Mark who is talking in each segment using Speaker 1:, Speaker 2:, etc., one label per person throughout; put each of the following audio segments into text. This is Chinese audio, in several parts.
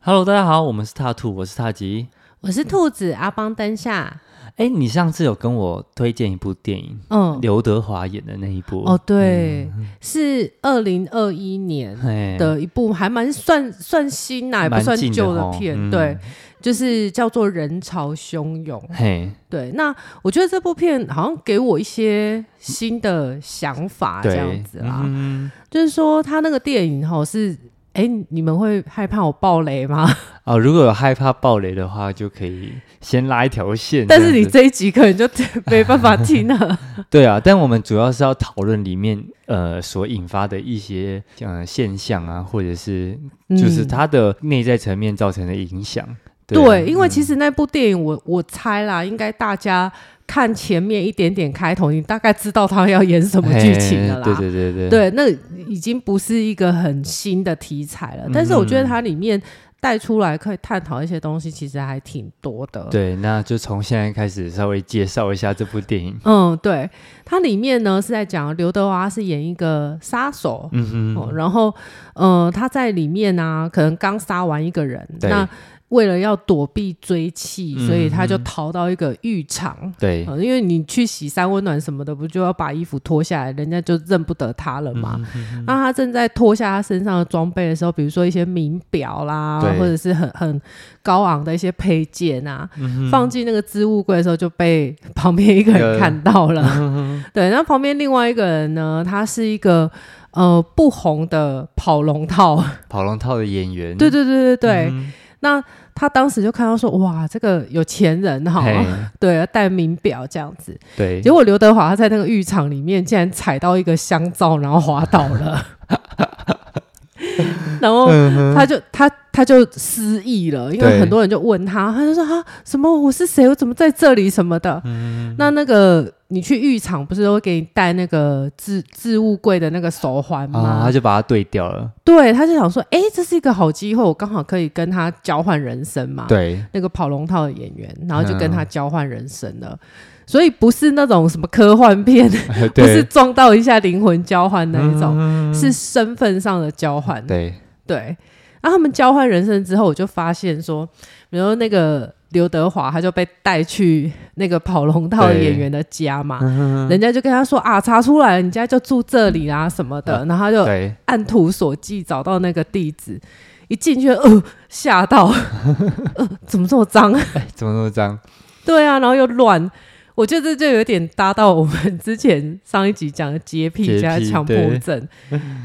Speaker 1: Hello，大家好，我们是踏兔，我是踏吉。
Speaker 2: 我是兔子阿邦灯下，
Speaker 1: 哎、你上次有跟我推荐一部电影，
Speaker 2: 嗯，
Speaker 1: 刘德华演的那一部
Speaker 2: 哦，对，
Speaker 1: 嗯
Speaker 2: 是二零二一年
Speaker 1: 嘿
Speaker 2: 的一部还蛮算算新啊呐、也
Speaker 1: 嗯
Speaker 2: 不
Speaker 1: 蛮
Speaker 2: 算
Speaker 1: 近的
Speaker 2: 旧
Speaker 1: 吼
Speaker 2: 片，
Speaker 1: 嗯
Speaker 2: 对，就是叫做《人潮汹涌》。
Speaker 1: 嘿，
Speaker 2: 对，那我觉得这部片好像给我一些新的想法，
Speaker 1: 对，
Speaker 2: 这样子啊啦，
Speaker 1: 嗯，
Speaker 2: 就是说他那个电影哈是。哎、你们会害怕我爆雷 吗？
Speaker 1: 哦，如果有害怕暴雷的话，就可以先拉一条线。
Speaker 2: 但是
Speaker 1: 这
Speaker 2: 你
Speaker 1: 样子
Speaker 2: 这一集可能就 没办法 听了。
Speaker 1: 对啊，但我们主要是要讨论里面呃所引发的一些呃现象啊，或者是就是
Speaker 2: 嗯
Speaker 1: 它的内在层面造成的影响。
Speaker 2: 对，因为其
Speaker 1: 实、
Speaker 2: 实那部电影我，我猜啦，应该大家看前面一点点开头，你大概知道他要演什么剧情了啦。
Speaker 1: 嘿对对对对，
Speaker 2: 对那已经不是一个很新的题材
Speaker 1: 嗯
Speaker 2: 了，但是我觉得它里面带出来可以探讨一些东西，其实还挺多的。
Speaker 1: 对，那就从现在开始稍微介绍一下这部电影。
Speaker 2: 嗯，对，它里面呢是在讲刘德华是演一个杀手，
Speaker 1: 嗯
Speaker 2: 哦，然后呃他在里面呢、可能刚杀完一个人，
Speaker 1: 对嗯
Speaker 2: 那为了要躲避追妻，所以他就
Speaker 1: 嗯哼
Speaker 2: 逃到一个浴场。
Speaker 1: 对，
Speaker 2: 呃因为你去洗三温暖什么的，不就要把衣服脱下来，人家就认不得他了
Speaker 1: 嗯
Speaker 2: 嘛。那他正在脱下他身上的装备的时候，比如说一些名表啦
Speaker 1: 对，
Speaker 2: 或者是很很高昂的一些配件啊，
Speaker 1: 嗯
Speaker 2: 放进那个置物柜的时候就被 旁边一个
Speaker 1: 呃
Speaker 2: 人看到了。 对，那旁边另外一个人呢，他是一个呃不红的跑龙套，
Speaker 1: 跑龙套的演员，
Speaker 2: 对对对对对。
Speaker 1: 嗯
Speaker 2: 那他当时就看到说，哇，这个有钱人哈，
Speaker 1: 嘿
Speaker 2: 对，戴名表这样子。
Speaker 1: 对，
Speaker 2: 结果刘德华他在那个浴场里面竟然踩到一个香皂，然后滑倒了， 然后他就他他就失忆了，因
Speaker 1: 嗯对
Speaker 2: 为很多人就问他，他就说啊什么我是谁，我怎么在这里什么
Speaker 1: 嗯
Speaker 2: 的。那那个你去浴场不是都会给你戴那个置置物柜的那个手环吗？
Speaker 1: 啊，他就把它对掉了，
Speaker 2: 对，他就想说，哎、这是一个好机会，我刚好可以跟他交换人生嘛。
Speaker 1: 对，
Speaker 2: 那个跑龙套的演员，然后就跟他交换人生了。所以不是那种什么科幻片，啊不 是
Speaker 1: 对，嗯
Speaker 2: 撞到一下灵魂交换那一种，是身份上的交换。
Speaker 1: 对，
Speaker 2: 对，然后他们交换人生之后，我就发现说，比如那个刘德华，他就被带去那个跑龙套的
Speaker 1: 对
Speaker 2: 演员的家嘛，
Speaker 1: 嗯
Speaker 2: 人家就跟他说啊，查出来了，你家就住这里啦、什么的，然后他就
Speaker 1: 对，
Speaker 2: 按图索骥找到那个地址，一进去，呃，吓到， 呃，怎么这么脏？
Speaker 1: 哎怎么那么脏？
Speaker 2: 对啊，然后又乱。我觉得这就有点搭到我们之前上一集讲的洁癖
Speaker 1: 洁
Speaker 2: 加
Speaker 1: 癖
Speaker 2: 强迫
Speaker 1: 对
Speaker 2: 症，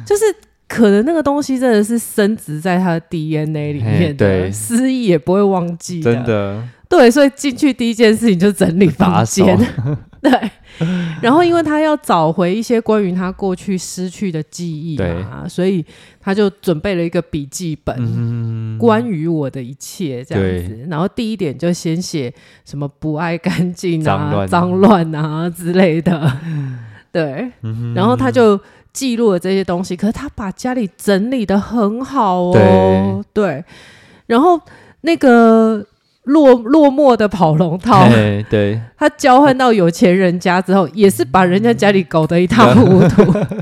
Speaker 2: 就是可能那个东西真的是深植在他的 DNA 里面
Speaker 1: 嘿对
Speaker 2: 的，失忆也不会忘记的。
Speaker 1: 真的，
Speaker 2: 对，所以进去第一件事情就整理
Speaker 1: 打
Speaker 2: 房
Speaker 1: 扫
Speaker 2: 间。 对，然后因为他要找回一些关于他过去失去的记忆嘛，所以他就准备了一个笔记本，
Speaker 1: 嗯，
Speaker 2: 关于我的一切这样子。然后第一点就先写什么不爱干净
Speaker 1: 脏
Speaker 2: 啊、
Speaker 1: 乱
Speaker 2: 脏乱啊之 类的，对。
Speaker 1: 嗯
Speaker 2: 然后他就记录了这些东西，可是他把家里整理的很好哦，对。然后那个落落寞的跑龙套，
Speaker 1: 嘿对，
Speaker 2: 他交换到有钱人家之后，也是把人家家里搞得一塌糊涂。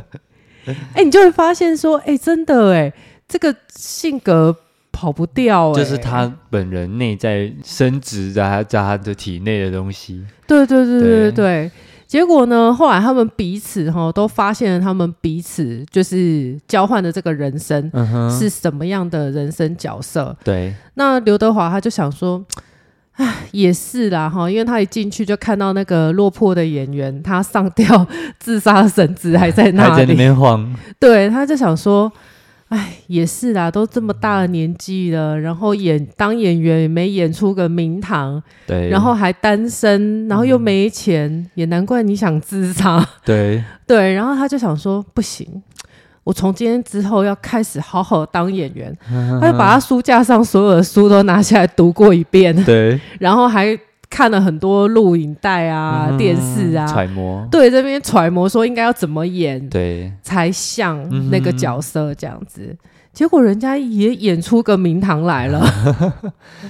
Speaker 2: 哎、你就会发现说，哎、真的哎、这个性格跑不掉哎、
Speaker 1: 就是他本人内在升值在他在他的体内的东西，
Speaker 2: 对对对
Speaker 1: 对
Speaker 2: 对对对。结果呢，后来他们彼此哈都发现了，他们彼此就是交换的这个人生、
Speaker 1: 嗯哼，
Speaker 2: 是什么样的人生角色。
Speaker 1: 对，
Speaker 2: 那刘德华他就想说。唉，也是啦哈，因为他一进去就看到那个落魄的演员，他上吊 自杀的绳子还在那
Speaker 1: 还
Speaker 2: 里，
Speaker 1: 在那边晃，
Speaker 2: 对，他就想说，哎，也是啦，都这么大的年纪了，然后演当演员也没演出个名堂，
Speaker 1: 对，
Speaker 2: 然后还单身，然后又没钱，也难怪你想自杀。
Speaker 1: 对，
Speaker 2: 对，然后他就想说，不行。我从今天之后要开始好好当演员，
Speaker 1: 嗯
Speaker 2: 他就把他书架上所有的书都拿下来读过一遍，
Speaker 1: 对，
Speaker 2: 然后还看了很多录影带啊、
Speaker 1: 嗯
Speaker 2: 电视 啊，
Speaker 1: 揣摩，
Speaker 2: 对这边揣摩说应该要怎么演，
Speaker 1: 对，
Speaker 2: 才像那个角色这样
Speaker 1: 嗯
Speaker 2: 子。结果人家也演出个名堂来了，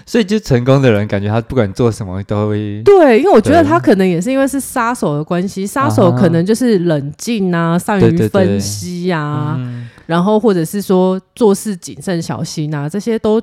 Speaker 1: 所以就成功的人，感觉他不管做什么都会，
Speaker 2: 对，因为我觉得
Speaker 1: 对
Speaker 2: 他可能也是因为是杀手的关系，杀手
Speaker 1: 啊哈
Speaker 2: 可能就是冷静啊，善
Speaker 1: 对对
Speaker 2: 于
Speaker 1: 对
Speaker 2: 分析啊，
Speaker 1: 嗯
Speaker 2: 然后或者是说做事谨慎小心啊，这些都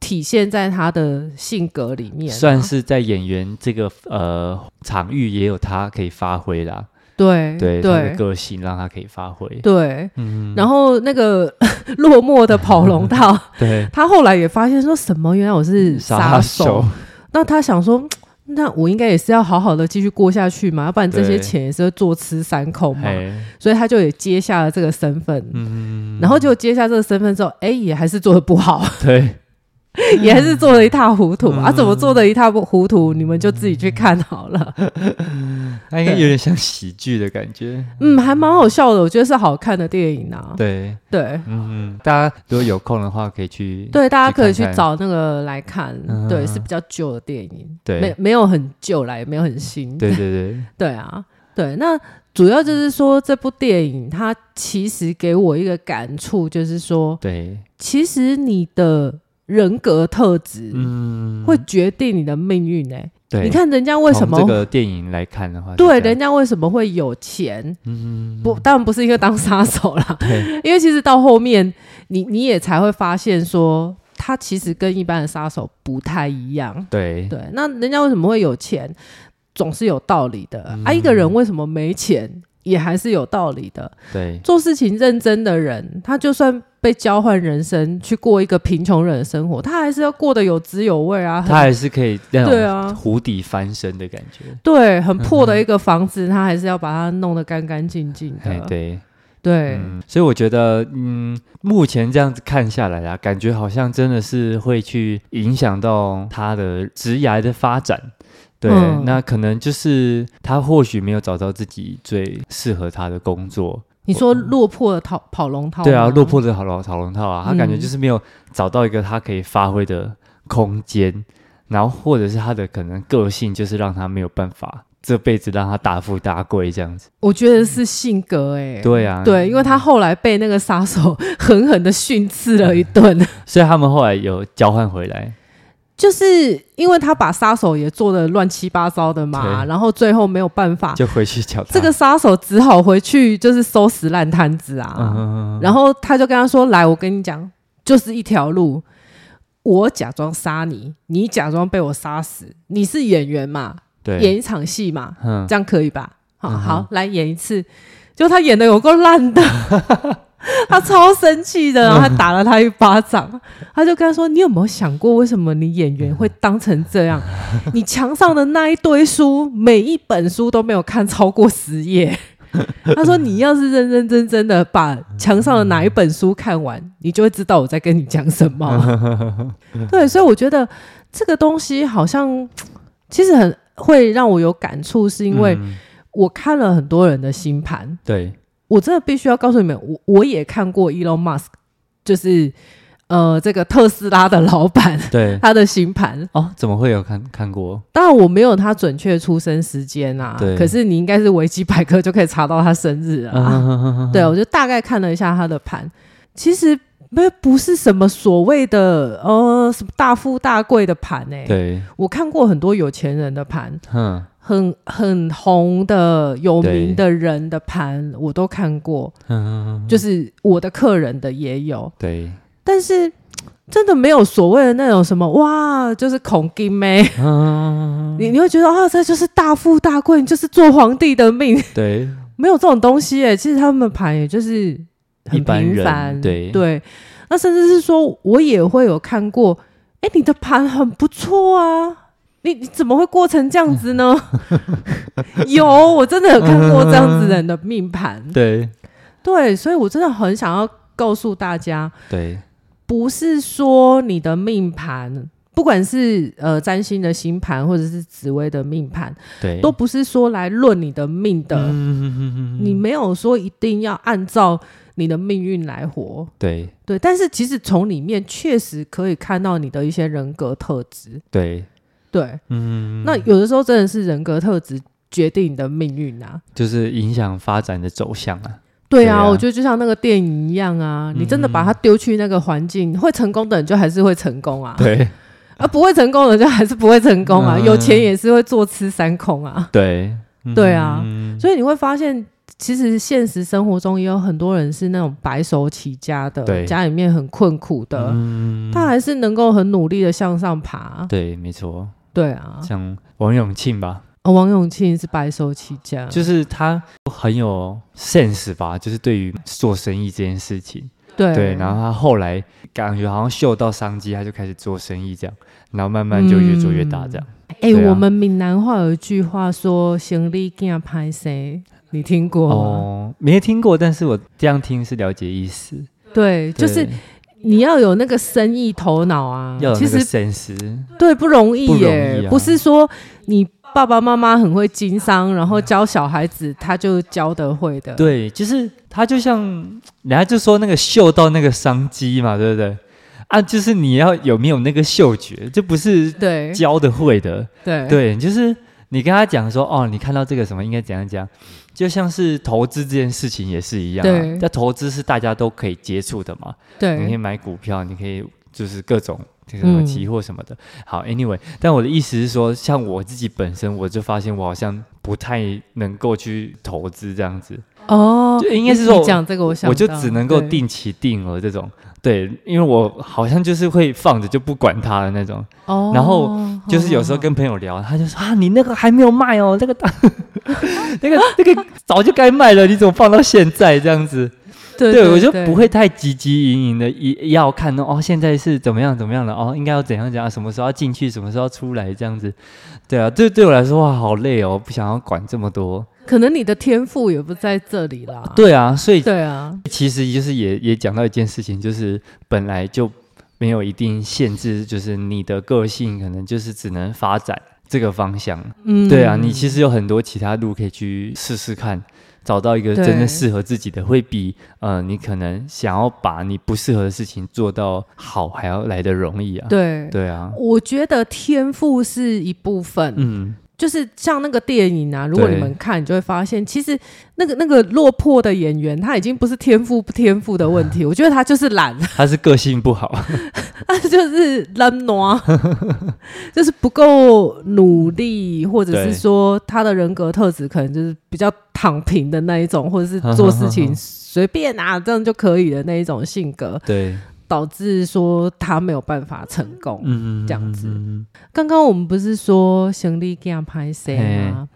Speaker 2: 体现在他的性格里面、啊，
Speaker 1: 算是在演员这个呃场域也有他可以发挥啦。
Speaker 2: 嗯对
Speaker 1: 对，他的
Speaker 2: 对
Speaker 1: 个性让他可以发挥。
Speaker 2: 对。
Speaker 1: 嗯，
Speaker 2: 然后那个 落寞的跑龙套，
Speaker 1: 对，
Speaker 2: 他后来也发现说什么，原来我是
Speaker 1: 杀
Speaker 2: 杀 手。那他想说，嗯那我应该也是要好好的继续过下去嘛，要不然这些
Speaker 1: 对
Speaker 2: 钱也是会坐吃山空嘛。
Speaker 1: 嘿，
Speaker 2: 所以他就也接下了这个身份，
Speaker 1: 嗯，
Speaker 2: 然后就接下这个身份之后，哎，也还是做的不好，
Speaker 1: 对，
Speaker 2: 也还是做的一塌糊涂、
Speaker 1: 嗯
Speaker 2: 啊！怎么做的一塌糊涂，你们就自己去看好了。
Speaker 1: 他应该有点像喜剧的感 觉。
Speaker 2: 嗯，还蛮好笑的，我觉得是好看的电影啊。
Speaker 1: 对，
Speaker 2: 对
Speaker 1: 嗯，大家如果有空的话，可以去
Speaker 2: 对，大家可以
Speaker 1: 去
Speaker 2: 去
Speaker 1: 看看
Speaker 2: 找那个来看，
Speaker 1: 嗯
Speaker 2: 对，是比较旧的电影，
Speaker 1: 对
Speaker 2: 没没有很旧啦，也没有很新，
Speaker 1: 对对对，
Speaker 2: 对啊，对，那主要就是说这部电影它其实给我一个感触，就是说，
Speaker 1: 对，
Speaker 2: 其实你的人格特质
Speaker 1: 嗯，
Speaker 2: 会决定你的命运呢、欸
Speaker 1: 对。
Speaker 2: 你看人家为什
Speaker 1: 从
Speaker 2: 么、
Speaker 1: 这个电影来看的话，
Speaker 2: 对
Speaker 1: 是这样
Speaker 2: 人家为什么会有钱？
Speaker 1: 嗯，
Speaker 2: 不，当然不是因为当杀手啦，
Speaker 1: 对
Speaker 2: 因为其实到后面你你也才会发现说，他其实跟一般的杀手不太一样。
Speaker 1: 对
Speaker 2: 对，那人家为什么会有钱，总是有道理的、
Speaker 1: 嗯
Speaker 2: 啊。一个人为什么没钱，也还是有道理的。
Speaker 1: 对
Speaker 2: 做事情认真的人，他就算被交换人生，去过一个贫穷人的生活，他还是要过得有滋有味啊。很
Speaker 1: 他还是可以那
Speaker 2: 对啊
Speaker 1: 种湖底翻身的感觉。
Speaker 2: 对，很破
Speaker 1: 嗯
Speaker 2: 的一个房子，他还是要把它弄得干干净净
Speaker 1: 哎
Speaker 2: 的。，
Speaker 1: 对，
Speaker 2: 对
Speaker 1: 嗯，所以我觉得，嗯，目前这样子看下来啊，感觉好像真的是会去影响到他的职涯的发展。对，
Speaker 2: 嗯
Speaker 1: 那可能就是他或许没有找到自己最适合他的工作。
Speaker 2: 你说落魄的逃跑龙
Speaker 1: 哦
Speaker 2: 套吗，
Speaker 1: 对啊，落魄的好老跑龙套啊，他感觉
Speaker 2: 嗯
Speaker 1: 就是没有找到一个他可以发挥的空间，然后或者是他的可能个性就是让他没有办法这辈子让他大富大贵这样子。
Speaker 2: 我觉得是性格哎、
Speaker 1: 对啊，
Speaker 2: 对，因为他后来被那个杀手 狠狠的训斥了一顿，
Speaker 1: 所以他们后来有交换回来。
Speaker 2: 就是因为他把杀手也做的乱七八糟的嘛，
Speaker 1: 对
Speaker 2: 然后最后没有办法，
Speaker 1: 就回去找他
Speaker 2: 这个，杀手只好回去就是收拾烂摊子啊。
Speaker 1: 嗯，
Speaker 2: 然后他就跟他说：“来，我跟你讲，就是一条路，我假装杀你，你假装被我杀死。你是演员嘛，演
Speaker 1: 对，
Speaker 2: 一场戏嘛，
Speaker 1: 嗯，
Speaker 2: 这样可以吧？好、
Speaker 1: 嗯哼
Speaker 2: 好，来演一次。就他演的有够烂的， 他超生气
Speaker 1: 嗯
Speaker 2: 的，然后他打了他一巴掌。他就跟他说：‘你有没有想过，为什么你演员
Speaker 1: 嗯
Speaker 2: 会当成这样？ 你墙上的那一堆书，每一本书都没有看超过十页。’ 他说：‘你要是认认真真的把墙上的哪一本书看完，你就会知道我在跟你讲什么。’ 对，所以我觉得这个东西好像其实很会让我有感触，是因为
Speaker 1: 嗯
Speaker 2: 我看了很多人的星盘，
Speaker 1: 对
Speaker 2: 我真的必须要告诉你们，我我也看过 Elon Musk，就是呃这个特斯拉的老板
Speaker 1: 对
Speaker 2: 他的星盘。
Speaker 1: 哦，怎么会有看看过？
Speaker 2: 当然我没有他准确出生时间啊
Speaker 1: 对，
Speaker 2: 可是你应该是维基百科就可以查到他生日了啊。
Speaker 1: 啊，
Speaker 2: 对，我就大概看了一下他的盘，其实没不是什么所谓的呃什么大富大贵的盘哎、
Speaker 1: 对，
Speaker 2: 我看过很多有钱人的盘，
Speaker 1: 嗯，
Speaker 2: 很很红的、有
Speaker 1: 对
Speaker 2: 名的人的盘，我都看过，
Speaker 1: 嗯
Speaker 2: 就是我的客人的也有，
Speaker 1: 对，
Speaker 2: 但是真的没有所谓的那种什么哇，就是恐金妹，
Speaker 1: 嗯，
Speaker 2: 你你会觉得啊，这就是大富大贵，你就是做皇帝的命，
Speaker 1: 对，
Speaker 2: 没有这种东西哎。其实他们盘也就是很
Speaker 1: 一般人
Speaker 2: 平凡，
Speaker 1: 对
Speaker 2: 对。那甚至是说我也会有看过，哎，你的盘很不错啊。你你怎么会过成这样 子呢？有，我真的有看过这样子人的命盘。
Speaker 1: 对，
Speaker 2: 对，所以我真的很想要告诉大家，
Speaker 1: 对，
Speaker 2: 不是说你的命盘，不管是呃占星的星盘或者是紫微的命盘，
Speaker 1: 对，
Speaker 2: 都不是说来论你的命的。
Speaker 1: 嗯，
Speaker 2: 你没有说一定要按照你的命运来活，
Speaker 1: 对
Speaker 2: 对。但是其实从里面确实可以看到你的一些人格特质，
Speaker 1: 对，
Speaker 2: 对。
Speaker 1: 嗯，
Speaker 2: 那有的时候真的是人格特质决定你的命运啊。
Speaker 1: 就是影响发展的走向啊。
Speaker 2: 对
Speaker 1: 对
Speaker 2: 啊，
Speaker 1: 啊嗯
Speaker 2: 我觉得就像那个电影一样啊，你真的把它丢去那个环境，会成功的人就还是会成功啊，
Speaker 1: 对
Speaker 2: 啊不会成功的人就还是不会成功啊，
Speaker 1: 嗯
Speaker 2: 有钱也是会坐吃山空啊，
Speaker 1: 对
Speaker 2: 对啊
Speaker 1: 嗯
Speaker 2: 所以你会发现，其实现实生活中也有很多人是那种白手起家的，
Speaker 1: 对
Speaker 2: 家里面很困苦的，
Speaker 1: 嗯，
Speaker 2: 呃他还是能够很努力的向上爬。
Speaker 1: 对，没错，
Speaker 2: 对啊，
Speaker 1: 像王永庆吧，
Speaker 2: 哦王永庆是白手起家，
Speaker 1: 就是他很有 sense 吧，就是对于做生意这件事情，
Speaker 2: 对
Speaker 1: 对，然后他后来感觉好像嗅到商机，他就开始做生意这样，然后慢慢就越做越大这样。
Speaker 2: 哎、
Speaker 1: 对啊
Speaker 2: 我们闽南话有一句话说“行李给拍谁”，你听过吗？
Speaker 1: 哦，没听过，但是我这样听是了解意思，
Speaker 2: 对，就是
Speaker 1: 对
Speaker 2: 你要有那个生意头脑啊。
Speaker 1: 要有
Speaker 2: 其
Speaker 1: 那个
Speaker 2: 实
Speaker 1: sense，
Speaker 2: 对不容易
Speaker 1: 不容
Speaker 2: 耶，
Speaker 1: 易啊
Speaker 2: 是说你爸爸妈妈很会经商，然后教小孩子他就教得会的。
Speaker 1: 对，就是他就像人家就说那个嗅到那个商机嘛，对不对？啊，就是你要有没有那个嗅觉，这不是
Speaker 2: 对
Speaker 1: 教的会的，
Speaker 2: 对
Speaker 1: 对，就是你跟他讲说，哦，你看到这个什么应该怎样讲，就像是投资这件事情也是一样、
Speaker 2: 对
Speaker 1: 啊。那投资是大家都可以接触的嘛，你可以
Speaker 2: 对
Speaker 1: 买股票，你可以就是各种。什么
Speaker 2: 嗯
Speaker 1: 期货什么的，好，anyway，但我的意思是说，像我自己本身，我就发现我好像不太能够去投资这样子，
Speaker 2: 哦，
Speaker 1: 就应该是
Speaker 2: 你
Speaker 1: 说
Speaker 2: 你讲这个我想
Speaker 1: 我就
Speaker 2: 到
Speaker 1: 只能够
Speaker 2: 对
Speaker 1: 定期定额这种，对，因为我好像就是会放着就不管它的那种，
Speaker 2: 哦，
Speaker 1: 然后就是有时候跟朋友聊，他就说啊，你那个还没有卖哦，那个大， 那 个那个早就该卖了，你怎么放到现在这样子？
Speaker 2: 对
Speaker 1: 对我就不会太急急营营的，一要看哦，现在是怎么样怎么样了哦，应该要怎样怎样，什么时候要进去，什么时候要出来这样子。对啊，这对我来说哇，好累哦，不想要管这么多。
Speaker 2: 可能你的天赋也不在这里啦。
Speaker 1: 对啊，所以
Speaker 2: 对啊，
Speaker 1: 其实就是也也讲到一件事情，就是本来就没有一定限制，就是你的个性可能就是只能发展这个方向。
Speaker 2: 嗯，
Speaker 1: 对啊，你其实有很多其他路可以去试试看，找到一个
Speaker 2: 对
Speaker 1: 真正适合自己的，会比呃你可能想要把你不适合的事情做到好还要来的容易啊。
Speaker 2: 对
Speaker 1: 对啊，
Speaker 2: 我觉得天赋是一部分，
Speaker 1: 嗯，
Speaker 2: 就是像那个电影啊，如果你们看，你就会发现，其实那个那个落魄的演员，他已经不是天赋不天赋 的问题，我觉得他就是懒，
Speaker 1: 他是个性不 好，
Speaker 2: 他就是懒惰， 就是不够努力，或者是
Speaker 1: 对
Speaker 2: 说他的人格特质可能就是比较躺平的那一种，或 者是做事情随便啊这样就可以的那一种性格，
Speaker 1: 对，
Speaker 2: 导致说他没有办法成功。
Speaker 1: 嗯，
Speaker 2: 这样子
Speaker 1: 嗯，
Speaker 2: 刚刚我们不是说行李给他拍谁吗？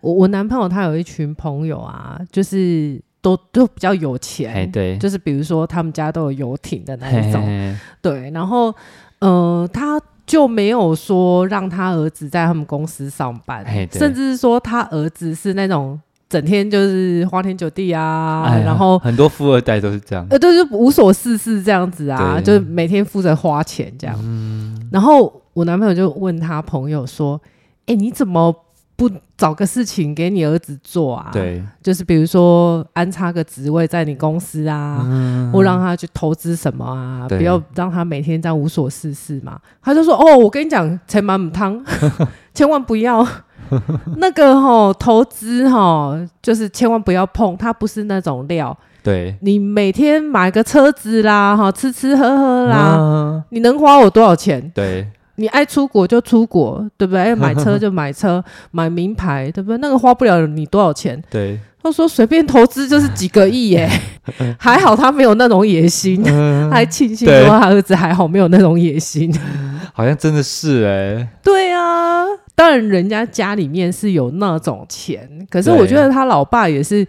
Speaker 2: 我我男朋友他有一群朋友啊，就是都都比较有
Speaker 1: 哎，
Speaker 2: 钱，
Speaker 1: 对，
Speaker 2: 就是比如说他们家都有游艇的那一
Speaker 1: 嘿
Speaker 2: 种，
Speaker 1: 嘿嘿
Speaker 2: 对。然后呃，他就没有说让他儿子在他们公司上班
Speaker 1: 嘿，对
Speaker 2: 甚至是说他儿子是那种整天就是花天酒地啊，
Speaker 1: 哎呀
Speaker 2: 然后。
Speaker 1: 很多富二代都是这样，
Speaker 2: 呃，就是无所事事这样子啊，
Speaker 1: 对
Speaker 2: 就是每天负责花钱这样。
Speaker 1: 嗯，
Speaker 2: 然后我男朋友就问他朋友说：“哎、你怎么不找个事情给你儿子做啊？，
Speaker 1: 对，
Speaker 2: 就是比如说安插个职位在你公司啊，或让他去投资什么啊，
Speaker 1: 对
Speaker 2: 不要让他每天这样无所事事嘛。”他就说：“哦，我跟你讲，钱满母汤， 千万不要。那个哈、投资哈、就是千万不要碰，它不是那种料。
Speaker 1: 对，
Speaker 2: 你每天买个车子啦，哈、吃吃喝喝啦，
Speaker 1: 啊，
Speaker 2: 你能花我多少钱？
Speaker 1: 对，
Speaker 2: 你爱出国就出国，对不对？爱买车就买车，买名牌，对不对？那个花不了你多少钱。
Speaker 1: 对，
Speaker 2: 他说随便投资就是几个亿耶，还好他没有那种野心，他还庆幸说
Speaker 1: 对
Speaker 2: 他儿子还好没有那种野心。
Speaker 1: 好像真的是哎，
Speaker 2: 对啊，当然人家家里面是有那种钱，可是
Speaker 1: 对
Speaker 2: 我觉得他老爸也是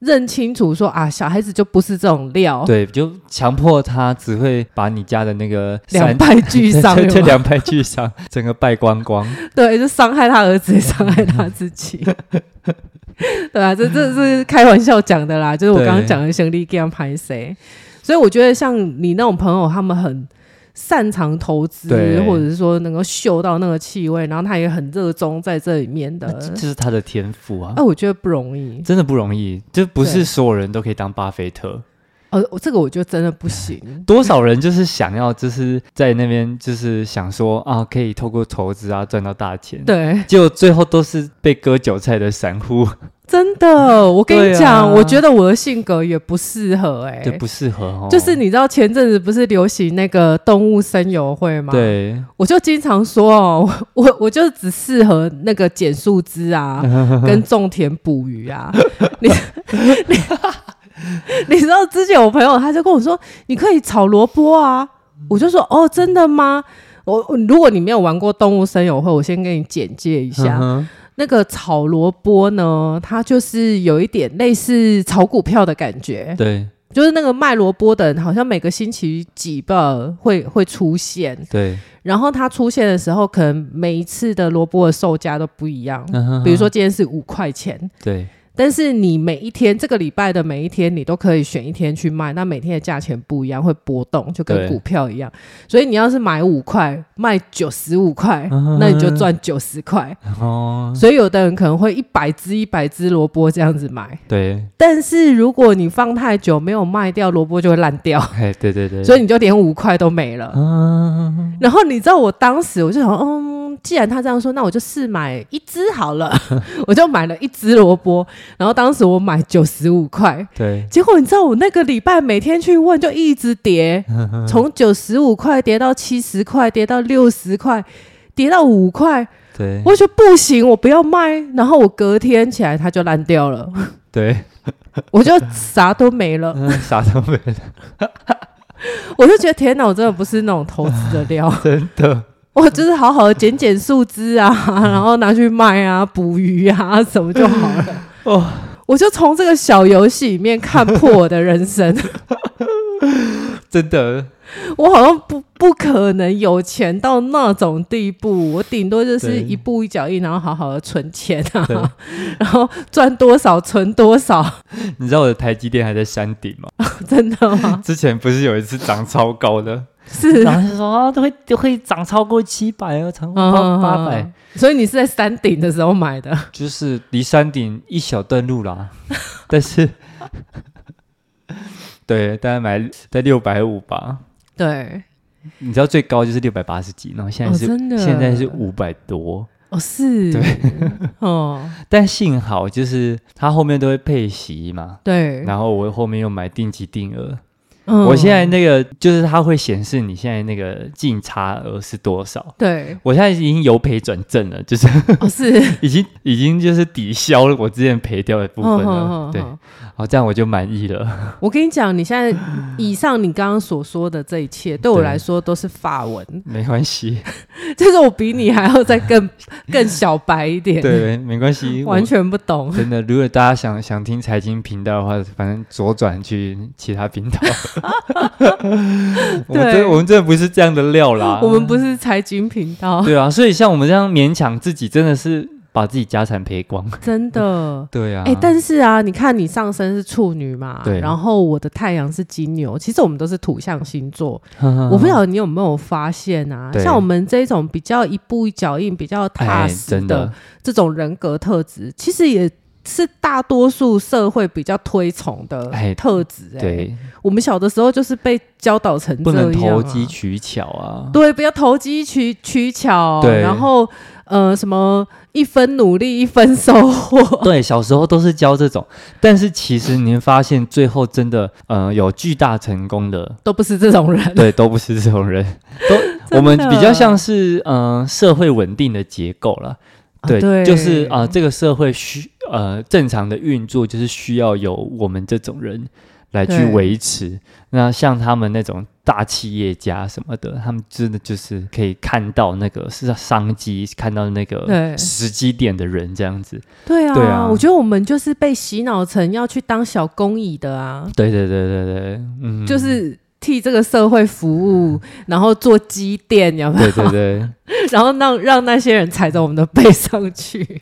Speaker 2: 认清楚说啊，小孩子就不是这种料，
Speaker 1: 对，就强迫他只会把你家的那个
Speaker 2: 两
Speaker 1: 三
Speaker 2: 败俱伤，
Speaker 1: 这
Speaker 2: 有
Speaker 1: 这
Speaker 2: 没有
Speaker 1: 两败俱伤， 整个败光光。
Speaker 2: 对，就伤害他儿子，也伤害他自己。 对啊，这这这是开玩笑讲的啦，就是我刚刚
Speaker 1: 对
Speaker 2: 讲的兄弟这样拍谁，所以我觉得像你那种朋友，他们很擅长投资，
Speaker 1: 对
Speaker 2: 或者是说能够嗅到那个气味，然后他也很热衷在这里面的
Speaker 1: 那，这这是他的天赋啊
Speaker 2: 哎、，我觉得不容易。
Speaker 1: 真的不容易，就不
Speaker 2: 对
Speaker 1: 是所有人都可以当巴菲特。。
Speaker 2: 呃，我这个我觉得真的不行
Speaker 1: 多少人就是想要，就是在那边就是想说啊，可以透过投资啊赚到大钱，
Speaker 2: 对
Speaker 1: 结果最后都是被割韭菜的散户。
Speaker 2: 真的，我跟
Speaker 1: 对
Speaker 2: 你
Speaker 1: 啊
Speaker 2: 讲，我觉得我的性格也不适合哎、
Speaker 1: 对，不适合哦。
Speaker 2: 就是你知道前阵子不是流行那个动物声友会吗？，
Speaker 1: 对，
Speaker 2: 我就经常说哦， 我我我就只适合那个捡树 枝啊，跟种田捕鱼啊。 你 你你知道之前我朋友他就跟我说，你可以炒萝卜啊，我就说哦，真的吗？我我如果你没有玩过动物声友会，我先给你简介一下。
Speaker 1: 嗯哼
Speaker 2: 那个炒萝卜呢，它就是有一点类似炒股票的感觉，
Speaker 1: 对
Speaker 2: 就是那个卖萝卜的人好像每个星期几吧会会出现，
Speaker 1: 对，
Speaker 2: 然后它出现的时候，可能每一次的萝卜的售价都不一样。
Speaker 1: 嗯哼
Speaker 2: 比如说今天是五块钱，
Speaker 1: 对
Speaker 2: 但是你每一天这个礼拜的每一天，你都可以选一天去卖，那每天的价钱不一样，会波动，就
Speaker 1: 对
Speaker 2: 跟股票一样。所以你要是买五块，卖九十五块
Speaker 1: 嗯哼，
Speaker 2: 那你就赚九十块。
Speaker 1: 哦，
Speaker 2: 所以有的人可能会一百只一百只萝卜这样子买，
Speaker 1: 对，
Speaker 2: 但是如果你放太久没有卖掉，萝卜就会烂掉，
Speaker 1: 哎，对对对，
Speaker 2: 所以你就连五块都没了。
Speaker 1: 嗯，
Speaker 2: 然后你知道我当时我就想，嗯，既然他这样说，那我就试买一只好了， 我就买了一只萝卜。然后当时我买九十五块，
Speaker 1: 对，
Speaker 2: 结果你知道我那个礼拜每天去问，就一直跌，从九十五块跌到七十块，跌到六十块，跌到五块，
Speaker 1: 对
Speaker 2: 我就觉得不行，我不要卖。然后我隔天起来它就烂掉了，
Speaker 1: 对，
Speaker 2: 我就啥都没了。
Speaker 1: 嗯啥都没了，
Speaker 2: 我就觉得天哪，我真的不是那种投资的料，
Speaker 1: 真的，
Speaker 2: 我就是好好的捡捡树枝啊，然后拿去卖啊，捕鱼啊什么就好了。
Speaker 1: 哦
Speaker 2: 我就从这个小游戏里面看破我的人生，
Speaker 1: 真的，
Speaker 2: 我好像不不可能有钱到那种地步，我顶多就是
Speaker 1: 对
Speaker 2: 一步一脚印，然后好好的存钱
Speaker 1: 对
Speaker 2: 啊， 然后赚多少存多少，
Speaker 1: 你知道我的台积电还在山顶吗？
Speaker 2: 真的吗？
Speaker 1: 之前不是有一次涨超高的，
Speaker 2: 是
Speaker 1: 然后就说啊，都会都会涨超过七百，哦，涨
Speaker 2: 嗯
Speaker 1: 过八百，，
Speaker 2: 所以你是在山顶的时候买的，
Speaker 1: 就是离山顶一小段路啦， 但是对，大概买在六百五吧。
Speaker 2: 对，
Speaker 1: 你知道最高就是六百八十几，然后现在
Speaker 2: 哦
Speaker 1: 是、
Speaker 2: 真的
Speaker 1: 现在是五百多，
Speaker 2: 哦是，
Speaker 1: 对，
Speaker 2: 哦
Speaker 1: 但幸好就是它后面都会配息嘛，
Speaker 2: 对，
Speaker 1: 然后我后面又买定期定额，
Speaker 2: 嗯
Speaker 1: 我现在那个就是它会显示你现在那个净差额是多少。
Speaker 2: 对，
Speaker 1: 我现在已经由赔转正了，就是
Speaker 2: 哦是，
Speaker 1: 已经已经就是抵消了我之前赔掉的部分了。
Speaker 2: 嗯
Speaker 1: 对，
Speaker 2: 嗯
Speaker 1: 好，这样我就满意了。
Speaker 2: 嗯我跟你讲，你现在以上你刚刚所说的这一 切，对我
Speaker 1: 对
Speaker 2: 来说都是法文，
Speaker 1: 没关系，
Speaker 2: 就是我比你还要再 更更小白一点，，
Speaker 1: 对，没关系，我
Speaker 2: 完全不懂。
Speaker 1: 真的。如果大家想想听财经频道的话，反正左转去其他频 道。我们
Speaker 2: 对
Speaker 1: 真我们真的不是这样的料啦，
Speaker 2: 我们不是财经频道，
Speaker 1: 对啊，所以像我们这样勉强自己，真的是把自己家产赔光。
Speaker 2: 真的。
Speaker 1: 对啊，
Speaker 2: 哎、 但是啊，你看你上身是处女嘛，
Speaker 1: 对
Speaker 2: 然后我的太阳是金牛，其实我们都是土象星座，我
Speaker 1: 我
Speaker 2: 不晓得你有没有发现啊，
Speaker 1: 嗯对
Speaker 2: 像我们这种比较一步一脚印、比较踏
Speaker 1: 哎，
Speaker 2: 实
Speaker 1: 真
Speaker 2: 的
Speaker 1: 的，
Speaker 2: 这种人格特质，其实也是大多数社会比较推崇的
Speaker 1: 哎
Speaker 2: 特质、哎，
Speaker 1: 对，
Speaker 2: 我们小的时候就是被教导成
Speaker 1: 不
Speaker 2: 这样、
Speaker 1: 能
Speaker 2: 啊，
Speaker 1: 投机取巧啊。
Speaker 2: 对，不要投机取取巧，
Speaker 1: 对
Speaker 2: 然后呃，什么一分努力一分收获，
Speaker 1: 对，小时候都是教这种，但是其实您发现最后真的，呃，有巨大成功的，
Speaker 2: 都不是这种人。
Speaker 1: 对，都不是这种人， 都
Speaker 2: 的
Speaker 1: 我们比较像是，嗯、社会稳定的结构了。
Speaker 2: 啊
Speaker 1: 对，
Speaker 2: 对
Speaker 1: 就是啊、呃这个社会需呃正常的运作，就是需要有我们这种人来去
Speaker 2: 对
Speaker 1: 维持。那像他们那种大企业家什么的，他们真的就是可以看到那个是商机，看到那个
Speaker 2: 对
Speaker 1: 时机点的人这样子。
Speaker 2: 对啊，
Speaker 1: 对啊
Speaker 2: 我觉得我们就是被洗脑成要去当小公益的啊，
Speaker 1: 对对对对对，嗯，
Speaker 2: 就是替这个社会服务，然后做积淀，有没有？
Speaker 1: 对对对，
Speaker 2: 然后让让那些人踩着我们的背上去。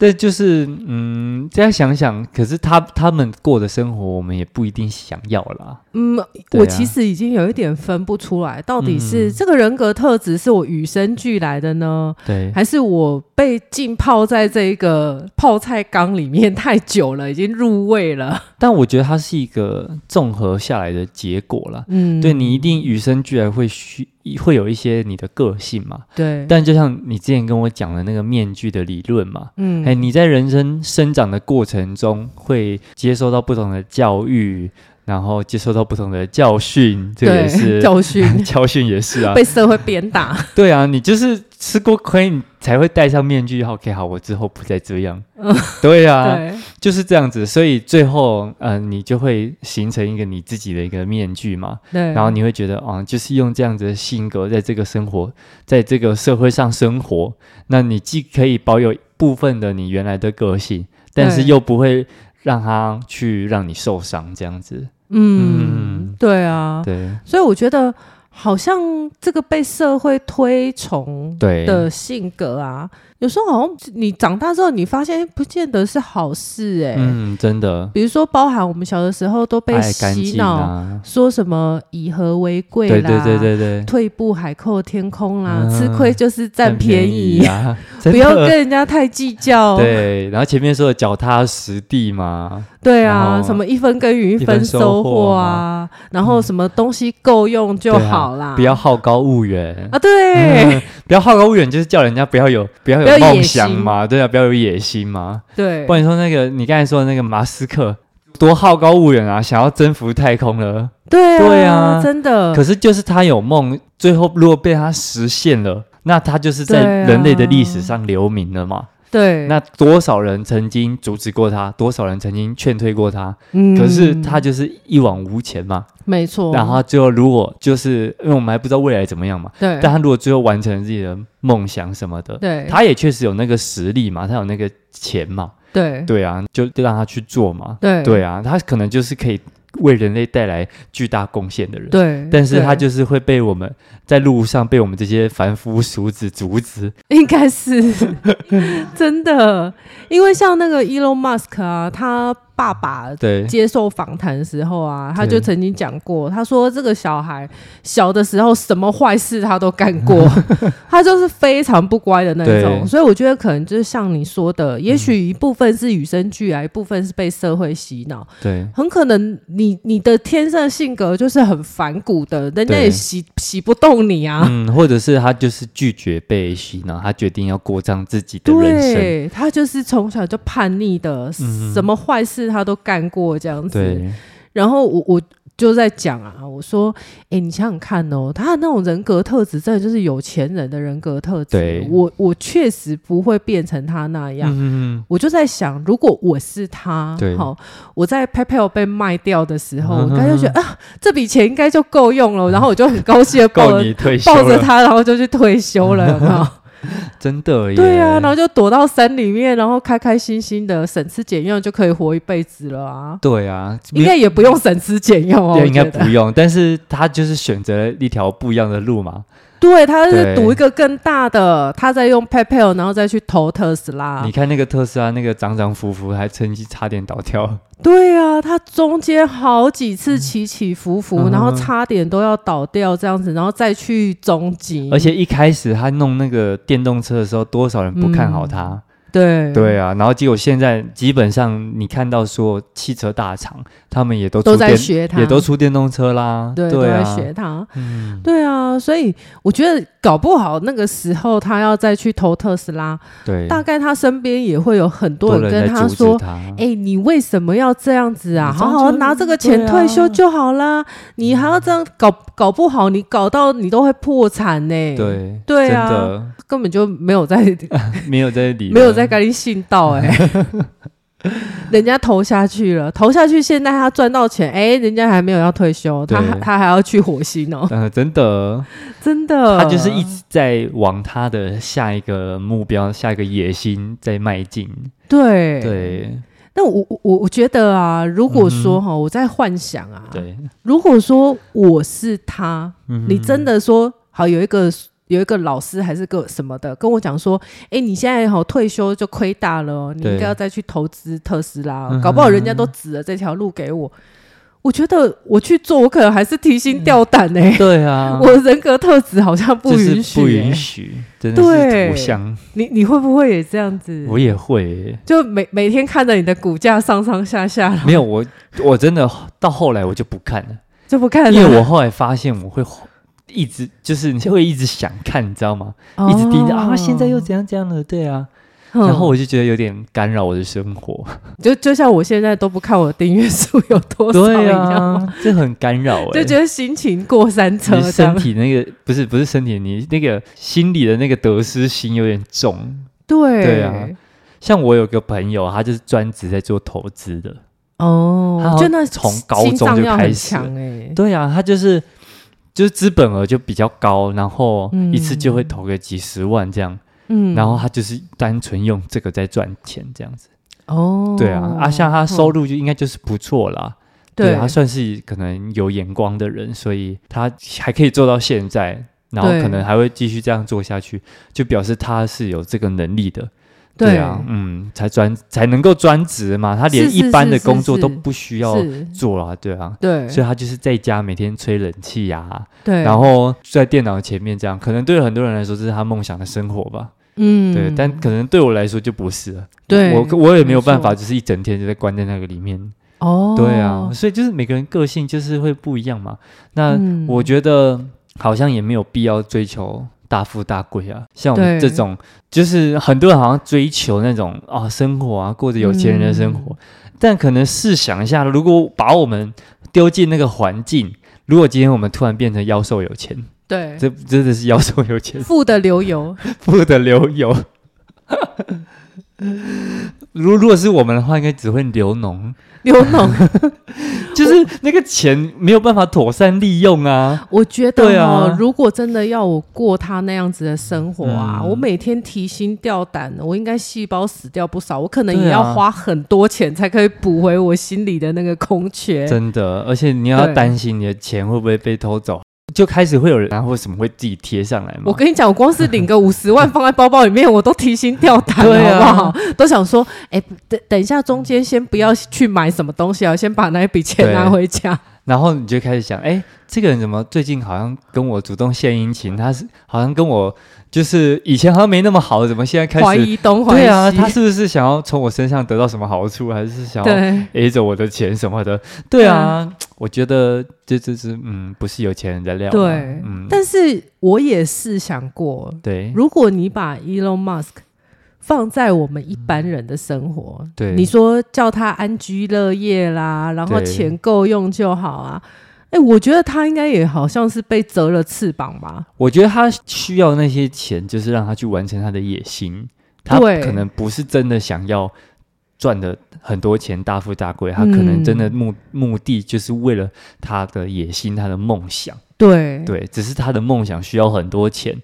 Speaker 1: 但就是嗯，再想想，可是他他们过的生活，我们也不一定想要啦。
Speaker 2: 嗯，
Speaker 1: 对啊
Speaker 2: 我其实已经有一点分不出来，到底是
Speaker 1: 嗯
Speaker 2: 这个人格特质是我与生俱来的呢，
Speaker 1: 对，
Speaker 2: 还是我被浸泡在这个泡菜缸里面太久了，已经入味了？
Speaker 1: 但我觉得它是一个综合下来的结果啦。
Speaker 2: 嗯，
Speaker 1: 对你一定与生俱来会需会有一些你的个性嘛。
Speaker 2: 对，
Speaker 1: 但就像你之前跟我讲的那个面具的理论嘛，
Speaker 2: 嗯
Speaker 1: 哎、你在人生生长的过程中会接受到不同的教育，然后接受到不同的教训，这个也
Speaker 2: 对，
Speaker 1: 是
Speaker 2: 教 训
Speaker 1: 教训也是啊，
Speaker 2: 被社会鞭打，
Speaker 1: 对啊，你就是吃过亏，你才会戴上面具。OK，好，我之后不再这样。 对 啊，
Speaker 2: 嗯对
Speaker 1: 就是这样子，所以最后，呃，你就会形成一个你自己的一个面具嘛，
Speaker 2: 对，
Speaker 1: 然后你会觉得，哦，就是用这样子的性格，在这个生活，在这个社会上生活，那你既可以保有部分的你原来的个性，但是
Speaker 2: 对
Speaker 1: 又不会让它去让你受伤，这样子，
Speaker 2: 嗯
Speaker 1: 嗯，
Speaker 2: 对啊，
Speaker 1: 对
Speaker 2: 所以我觉得好像这个被社会推崇
Speaker 1: 对
Speaker 2: 的性格啊，有时候好像你长大之后，你发现不见得是好事哎、
Speaker 1: 嗯，真的
Speaker 2: 比如说，包含我们小的时候都被
Speaker 1: 爱干
Speaker 2: 洗
Speaker 1: 净
Speaker 2: 脑，
Speaker 1: 啊，
Speaker 2: 说什么以和为贵
Speaker 1: 对
Speaker 2: 啦，
Speaker 1: 对对对对，
Speaker 2: 退步海阔天空啦，
Speaker 1: 嗯
Speaker 2: 吃亏就是占
Speaker 1: 占
Speaker 2: 便宜，
Speaker 1: 啊，
Speaker 2: 不
Speaker 1: 真
Speaker 2: 要
Speaker 1: 的
Speaker 2: 跟人家太计 较。
Speaker 1: 对，然后前面说的脚踏实地嘛，
Speaker 2: 对
Speaker 1: 然
Speaker 2: 啊，
Speaker 1: 后
Speaker 2: 什么一分耕耘一
Speaker 1: 一分
Speaker 2: 分
Speaker 1: 收
Speaker 2: 收获
Speaker 1: 获
Speaker 2: 啊，然后什么东西够用就
Speaker 1: 对啊
Speaker 2: 好啦，
Speaker 1: 不要好高骛远。
Speaker 2: 啊， 对、
Speaker 1: 嗯不要好高骛远，就是叫人家不要有不要
Speaker 2: 不
Speaker 1: 有
Speaker 2: 要野
Speaker 1: 梦想
Speaker 2: 心
Speaker 1: 嘛，对啊，不要有野心嘛。
Speaker 2: 对
Speaker 1: 不，然你说那个你刚才说的那个马斯克多好高骛远啊，想要征服太空了，
Speaker 2: 对啊，
Speaker 1: 对啊
Speaker 2: 真的
Speaker 1: 可，是就是他有梦，最后如果被他实现了，那他就是在
Speaker 2: 对啊
Speaker 1: 人类的历史上留名了嘛。
Speaker 2: 对，啊
Speaker 1: 那多少人曾经阻止过他，多少人曾经劝退过他，
Speaker 2: 嗯哦
Speaker 1: 可是他就是一往无前嘛。
Speaker 2: 没错，
Speaker 1: 然后最后如果就是因为我们还不知道未来怎么样嘛，
Speaker 2: 对
Speaker 1: 但他如果最后完成了自己的梦想什么的，
Speaker 2: 对
Speaker 1: 他也确实有那个实力嘛，他有那个钱嘛，
Speaker 2: 对
Speaker 1: 对啊，就就让他去做嘛，
Speaker 2: 嗯对
Speaker 1: 对啊，他可能就是可以为人类带来巨大贡献的人。
Speaker 2: 对，
Speaker 1: 但是
Speaker 2: 对
Speaker 1: 他就是会被我们在路上被我们这些凡夫俗子阻止，
Speaker 2: 应该是 真的，因为像那个 Elon Musk 啊，他爸爸
Speaker 1: 对
Speaker 2: 接受访谈的时候啊，他
Speaker 1: 对
Speaker 2: 就曾经讲过，他说这个小孩小的时候什么坏事他都干 过，他就是非常不乖的那一
Speaker 1: 对嗯
Speaker 2: 种。所以我觉得可能就是像你说的，也许一部分是与生俱来，一部分是被社会洗脑，
Speaker 1: 对
Speaker 2: 很可能你你的天生性格就是很反骨的，人家
Speaker 1: 对
Speaker 2: 也洗洗不动你啊。
Speaker 1: 嗯，或者是他就是拒绝被洗脑，他决定要过上自己的人生，
Speaker 2: 对他就是从小就叛逆的，
Speaker 1: 嗯
Speaker 2: 什么坏事他都干过这样子。
Speaker 1: 对
Speaker 2: 然后我我就在讲啊，我说，哎、你想想看哦，他的那种人格特质，真的就是有钱人的人格特质。
Speaker 1: 对
Speaker 2: 我我确实不会变成他那样。
Speaker 1: 嗯，
Speaker 2: 我就在想，如果我是他
Speaker 1: 对，
Speaker 2: 好，我在 PayPal 被卖掉的时候，
Speaker 1: 嗯
Speaker 2: 我应该就觉得啊，这笔钱应该就够用 了，然后我就很高兴的抱
Speaker 1: 够
Speaker 2: 着
Speaker 1: 你退休
Speaker 2: 抱着
Speaker 1: 了，嗯
Speaker 2: 他，然后就去退休了，有没有？
Speaker 1: 真的耶，
Speaker 2: 对啊，然后就躲到山里面，然后开开心心的省吃俭用就可以活一辈子了啊。
Speaker 1: 对啊，
Speaker 2: 应该也不用省吃俭用哦，
Speaker 1: 对
Speaker 2: 我
Speaker 1: 应该
Speaker 2: 觉得
Speaker 1: 不用，但是他就是选择了一条不一样的路嘛。
Speaker 2: 对，他是
Speaker 1: 对
Speaker 2: 赌一个更大的，他在用 PayPal，然后再去投特斯拉
Speaker 1: 你。看那个特斯拉，那个涨涨浮浮，还趁机差点倒掉。
Speaker 2: 对啊，他中间好几次起起伏伏，
Speaker 1: 嗯
Speaker 2: 然后差点都要倒掉这样子，然后再去中级。
Speaker 1: 而且一开始他弄那个电动车的时候，多少人不看好他？
Speaker 2: 嗯对
Speaker 1: 对啊，然后结果现在基本上你看到说汽车大厂，他们也都出
Speaker 2: 都在
Speaker 1: 电
Speaker 2: 学他，
Speaker 1: 也都出电动车啦。
Speaker 2: 对都
Speaker 1: 对
Speaker 2: 在
Speaker 1: 啊，
Speaker 2: 学他。
Speaker 1: 嗯，
Speaker 2: 对啊，所以我觉得搞不好那个时候他要再去投特斯拉，
Speaker 1: 对，
Speaker 2: 大概他身边也会有很多人
Speaker 1: 在
Speaker 2: 跟他
Speaker 1: 阻止：“
Speaker 2: 说
Speaker 1: 他。
Speaker 2: 哎、你为什么要这样子啊？
Speaker 1: 你这样
Speaker 2: 好
Speaker 1: 就
Speaker 2: 好拿这个
Speaker 1: 对
Speaker 2: 钱
Speaker 1: 啊嗯
Speaker 2: 退休就好啦，你还要这样搞，搞不好你搞到你都会破产呢、，
Speaker 1: 对
Speaker 2: 对
Speaker 1: 真
Speaker 2: 啊
Speaker 1: 的
Speaker 2: 根本就没有在
Speaker 1: 没有在理，
Speaker 2: 没有在跟你信道哎、 人家投下去了，投下去，现在他赚到钱，哎、人家还没有要退休，他
Speaker 1: 对
Speaker 2: 还他还要去火星哦、
Speaker 1: 嗯、真的，
Speaker 2: 真的，
Speaker 1: 他就是一直在往他的下一个目标、下一个野心在迈进。
Speaker 2: 对。
Speaker 1: 对
Speaker 2: 那我我我我觉得啊，如果说哈、我在幻想啊，
Speaker 1: 对，
Speaker 2: 如果说我是他，
Speaker 1: 嗯
Speaker 2: 你真的说好有一个有一个老师还是个什么的跟我讲说，哎、你现在好退休就亏大了哦，你
Speaker 1: 对
Speaker 2: 应该要再去投资特斯拉哦、
Speaker 1: 嗯哼
Speaker 2: 搞不好人家都指了这条路给我。我觉得我去做，我可能还是提心吊胆呢、
Speaker 1: 对啊，
Speaker 2: 我人格特质好像不
Speaker 1: 就是
Speaker 2: 允许、
Speaker 1: 不
Speaker 2: 欸
Speaker 1: 允许，真的是
Speaker 2: 对
Speaker 1: 图像，
Speaker 2: 你你会不会也这样子？
Speaker 1: 我也会耶、
Speaker 2: 就每每天看着你的股价上上下下，然后
Speaker 1: 没有我，我真的到后来我就不看了，
Speaker 2: 就不看了。
Speaker 1: 因为我后来发现我会一直就是你会一直想看，你知道吗？一直盯着啊，现在又怎样怎样了，对啊。
Speaker 2: 哦嗯
Speaker 1: 然后我就觉得有点干扰我的生活，
Speaker 2: 就就像我现在都不看我的订阅数有多少一
Speaker 1: 对
Speaker 2: 样，
Speaker 1: 啊，这很干扰哎、
Speaker 2: 就觉得心情过山车
Speaker 1: 你
Speaker 2: 这
Speaker 1: 身
Speaker 2: 样。
Speaker 1: 体那个不是不是身体，你那个心里的那个得失心有点重。
Speaker 2: 对
Speaker 1: 对啊，像我有个朋友，他就是专职在做投资的，他
Speaker 2: 哦，
Speaker 1: 好
Speaker 2: 就那
Speaker 1: 从高
Speaker 2: 心
Speaker 1: 中
Speaker 2: 脏
Speaker 1: 就
Speaker 2: 要
Speaker 1: 开
Speaker 2: 很
Speaker 1: 始了
Speaker 2: 强哎，
Speaker 1: 对啊，他就是就是资本额就比较高，然后
Speaker 2: 嗯
Speaker 1: 一次就会投个几十万这样，
Speaker 2: 嗯，
Speaker 1: 然后他就是单纯用这个在赚钱这样子。
Speaker 2: 哦，
Speaker 1: 对啊，啊，像他收
Speaker 2: 嗯
Speaker 1: 入就应该就是不错啦。对，啊
Speaker 2: 对
Speaker 1: 他算是可能有眼光的人，所以他还可以做到现在，然后
Speaker 2: 对
Speaker 1: 可能还会继续这样做下去，就表示他是有这个能力的。
Speaker 2: 对
Speaker 1: 啊，嗯，才专才能够专职嘛，他连
Speaker 2: 是
Speaker 1: 一
Speaker 2: 是
Speaker 1: 般的
Speaker 2: 是是
Speaker 1: 工作
Speaker 2: 是
Speaker 1: 都不需要
Speaker 2: 是，
Speaker 1: 做啊，对啊。
Speaker 2: 对
Speaker 1: 所以他就是在家每天吹冷气呀、
Speaker 2: 对，
Speaker 1: 然后在电脑前面这样，可能对很多人来说这是他梦想的生活吧，
Speaker 2: 嗯，
Speaker 1: 对，但可能对我来说就不是了，
Speaker 2: 对
Speaker 1: 我我也没有
Speaker 2: 没错
Speaker 1: 办法，就是一整天就在关在那个里面，
Speaker 2: 哦，
Speaker 1: 对啊，，所以就是每个人个性就是会不一样嘛。那
Speaker 2: 嗯
Speaker 1: 我觉得好像也没有必要追求大富大贵啊，像我们
Speaker 2: 对
Speaker 1: 这种，就是很多人好像追求那种啊生活啊，过着有钱人的生活，但可能试想一下，如果把我们丢进那个环境。如果今天我们突然变成妖兽有钱，
Speaker 2: 嗯对，
Speaker 1: 这真的是妖兽有钱，
Speaker 2: 富的流油，
Speaker 1: 富的流油。如如果是我们的话，应该只会流脓，
Speaker 2: 流脓，
Speaker 1: 就是那个钱没有办法妥善利用啊。
Speaker 2: 我觉得
Speaker 1: 对
Speaker 2: 哦
Speaker 1: 啊，
Speaker 2: 如果真的要我过他那样子的生活啊，
Speaker 1: 嗯
Speaker 2: 我每天提心吊胆的，我应该细胞死掉不少，我可能也
Speaker 1: 对啊
Speaker 2: 要花很多钱才可以补回我心里的那个空缺。
Speaker 1: 真的，而且你要
Speaker 2: 对
Speaker 1: 担心你的钱会不会被偷走，就开始会有人啊或什么会自己贴上来嘛。
Speaker 2: 我跟你讲，我光是 领个五十万放在包包里面，我都提心吊胆
Speaker 1: 对
Speaker 2: 了，
Speaker 1: 啊
Speaker 2: 好不好？都想说，哎、等等一下，中间先不要去买什么东西啊，先把那一笔钱
Speaker 1: 对
Speaker 2: 拿回家。
Speaker 1: 然后你就开始想，哎，这个人怎么最近好像跟我主动献殷勤？他是好像跟我就是以前好像没那么好，怎么现在开
Speaker 2: 怀
Speaker 1: 始？
Speaker 2: 疑东，怀疑
Speaker 1: 对啊，
Speaker 2: 西
Speaker 1: 他是不是想要从我身上得到什么好处，还是想要
Speaker 2: 对啊
Speaker 1: 挨着我的钱什么的？对啊，我觉得这这是嗯，不是有钱人的料啊。
Speaker 2: 对
Speaker 1: 嗯，
Speaker 2: 但是我也是想过，
Speaker 1: 对
Speaker 2: 如果你把 Elon Musk 放在我们一般人的生活，
Speaker 1: 对，
Speaker 2: 你说叫他安居乐业啦，然后
Speaker 1: 对
Speaker 2: 钱够用就好啊。哎、我觉得他应该也好像是被折了翅膀吧。
Speaker 1: 我觉得他需要那些钱，就是让他去完成他的野心。他
Speaker 2: 对
Speaker 1: 可能不是真的想要赚的很多钱，大富大贵。他可能真
Speaker 2: 嗯
Speaker 1: 的目、目的就是为了他的野心，他的梦想。
Speaker 2: 对，
Speaker 1: 对，只是他的梦想需要很多钱，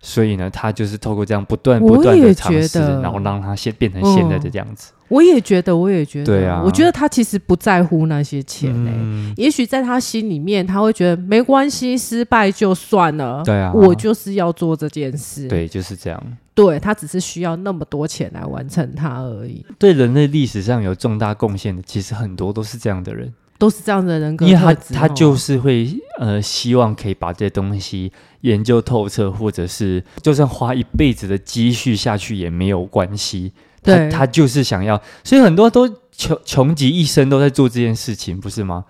Speaker 1: 所以呢，他就是透过这样不断
Speaker 2: 我也
Speaker 1: 不断的尝
Speaker 2: 觉
Speaker 1: 试，
Speaker 2: 得
Speaker 1: 然后让他现变成现在的这样子。
Speaker 2: 我也觉得，我也觉得，
Speaker 1: 对啊
Speaker 2: 我觉得他其实不在乎那些钱呢、
Speaker 1: 嗯，
Speaker 2: 也许在他心里面，他会觉得没关系，失败就算了。
Speaker 1: 对啊
Speaker 2: 我就是要做这件事。，
Speaker 1: 对，就是这样。
Speaker 2: 对他只是需要那么多钱来完成它而已，
Speaker 1: 对人类历史上有重大贡献的，其实很多都是这样的人。
Speaker 2: 都是这样的人格
Speaker 1: 因为他
Speaker 2: 特质
Speaker 1: 他
Speaker 2: 哦
Speaker 1: 就是会呃，希望可以把这些东西研究透彻，或者是就算花一辈子的积蓄下去也没有关系。他
Speaker 2: 对
Speaker 1: 他就是想要，所以很多都穷穷极一生都在做这件事情，不是吗？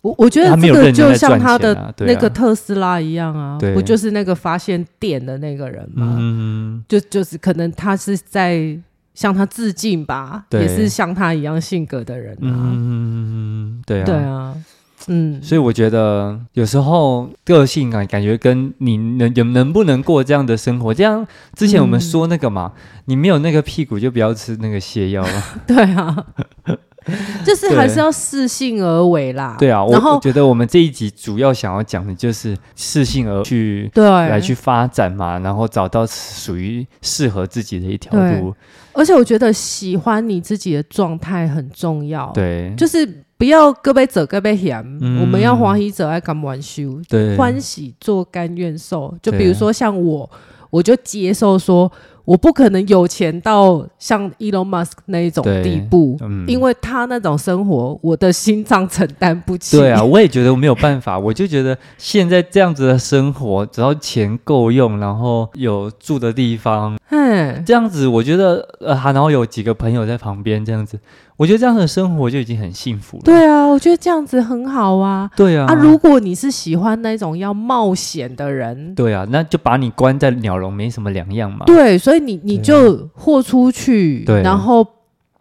Speaker 2: 我我觉
Speaker 1: 他
Speaker 2: 得
Speaker 1: 没
Speaker 2: 这
Speaker 1: 有
Speaker 2: 个
Speaker 1: 认真
Speaker 2: 就
Speaker 1: 在
Speaker 2: 像
Speaker 1: 赚
Speaker 2: 他
Speaker 1: 钱
Speaker 2: 的
Speaker 1: 啊，对啊
Speaker 2: 那个特斯拉一样啊，
Speaker 1: 对
Speaker 2: 不就是那个发现电的那个人吗？
Speaker 1: 嗯，
Speaker 2: 就就是可能他是在向他致敬吧，
Speaker 1: 对
Speaker 2: 也是像他一样性格的人啊，
Speaker 1: 嗯，对啊，
Speaker 2: 对啊，嗯，
Speaker 1: 所以我觉得有时候个性感感觉跟你能能能不能过这样的生活，这样之前我们
Speaker 2: 嗯
Speaker 1: 说那个嘛，你没有那个屁股就不要吃那个泻药了。
Speaker 2: 对啊，就是还
Speaker 1: 对
Speaker 2: 是要适性而为啦，
Speaker 1: 对啊，我
Speaker 2: 然
Speaker 1: 我
Speaker 2: 后
Speaker 1: 觉得我们这一集主要想要讲的就是适性而去
Speaker 2: 对
Speaker 1: 来去发展嘛，然后找到属于适合自己的一条路。
Speaker 2: 而且我觉得喜欢你自己的状态很重要，，
Speaker 1: 对，
Speaker 2: 就是不要各被者各被嫌，
Speaker 1: 嗯
Speaker 2: 我们要欢喜者爱敢玩修，
Speaker 1: 对
Speaker 2: 欢喜做甘愿受。就
Speaker 1: 对啊
Speaker 2: 比如说像我，我就接受说，我不可能有钱到像 Elon Musk 那一种
Speaker 1: 对
Speaker 2: 地步，
Speaker 1: 嗯
Speaker 2: 因为他那种生活，我的心脏承担不起。
Speaker 1: 对啊，我也觉得我没有办法，我就觉得现在这样子的生活，只要钱够用，然后有住的地方，
Speaker 2: 嗯，
Speaker 1: 这样子，我觉得呃，还然后有几个朋友在旁边这样子，我觉得这样的生活就已经很幸福了。
Speaker 2: 对啊，我觉得这样子很好啊。
Speaker 1: 对啊，
Speaker 2: 啊，如果你是喜欢那种要冒险的人，
Speaker 1: 对啊，那就把你关在鸟笼没什么两样嘛。
Speaker 2: 对，所以你你就豁出去，
Speaker 1: 啊对啊
Speaker 2: 然后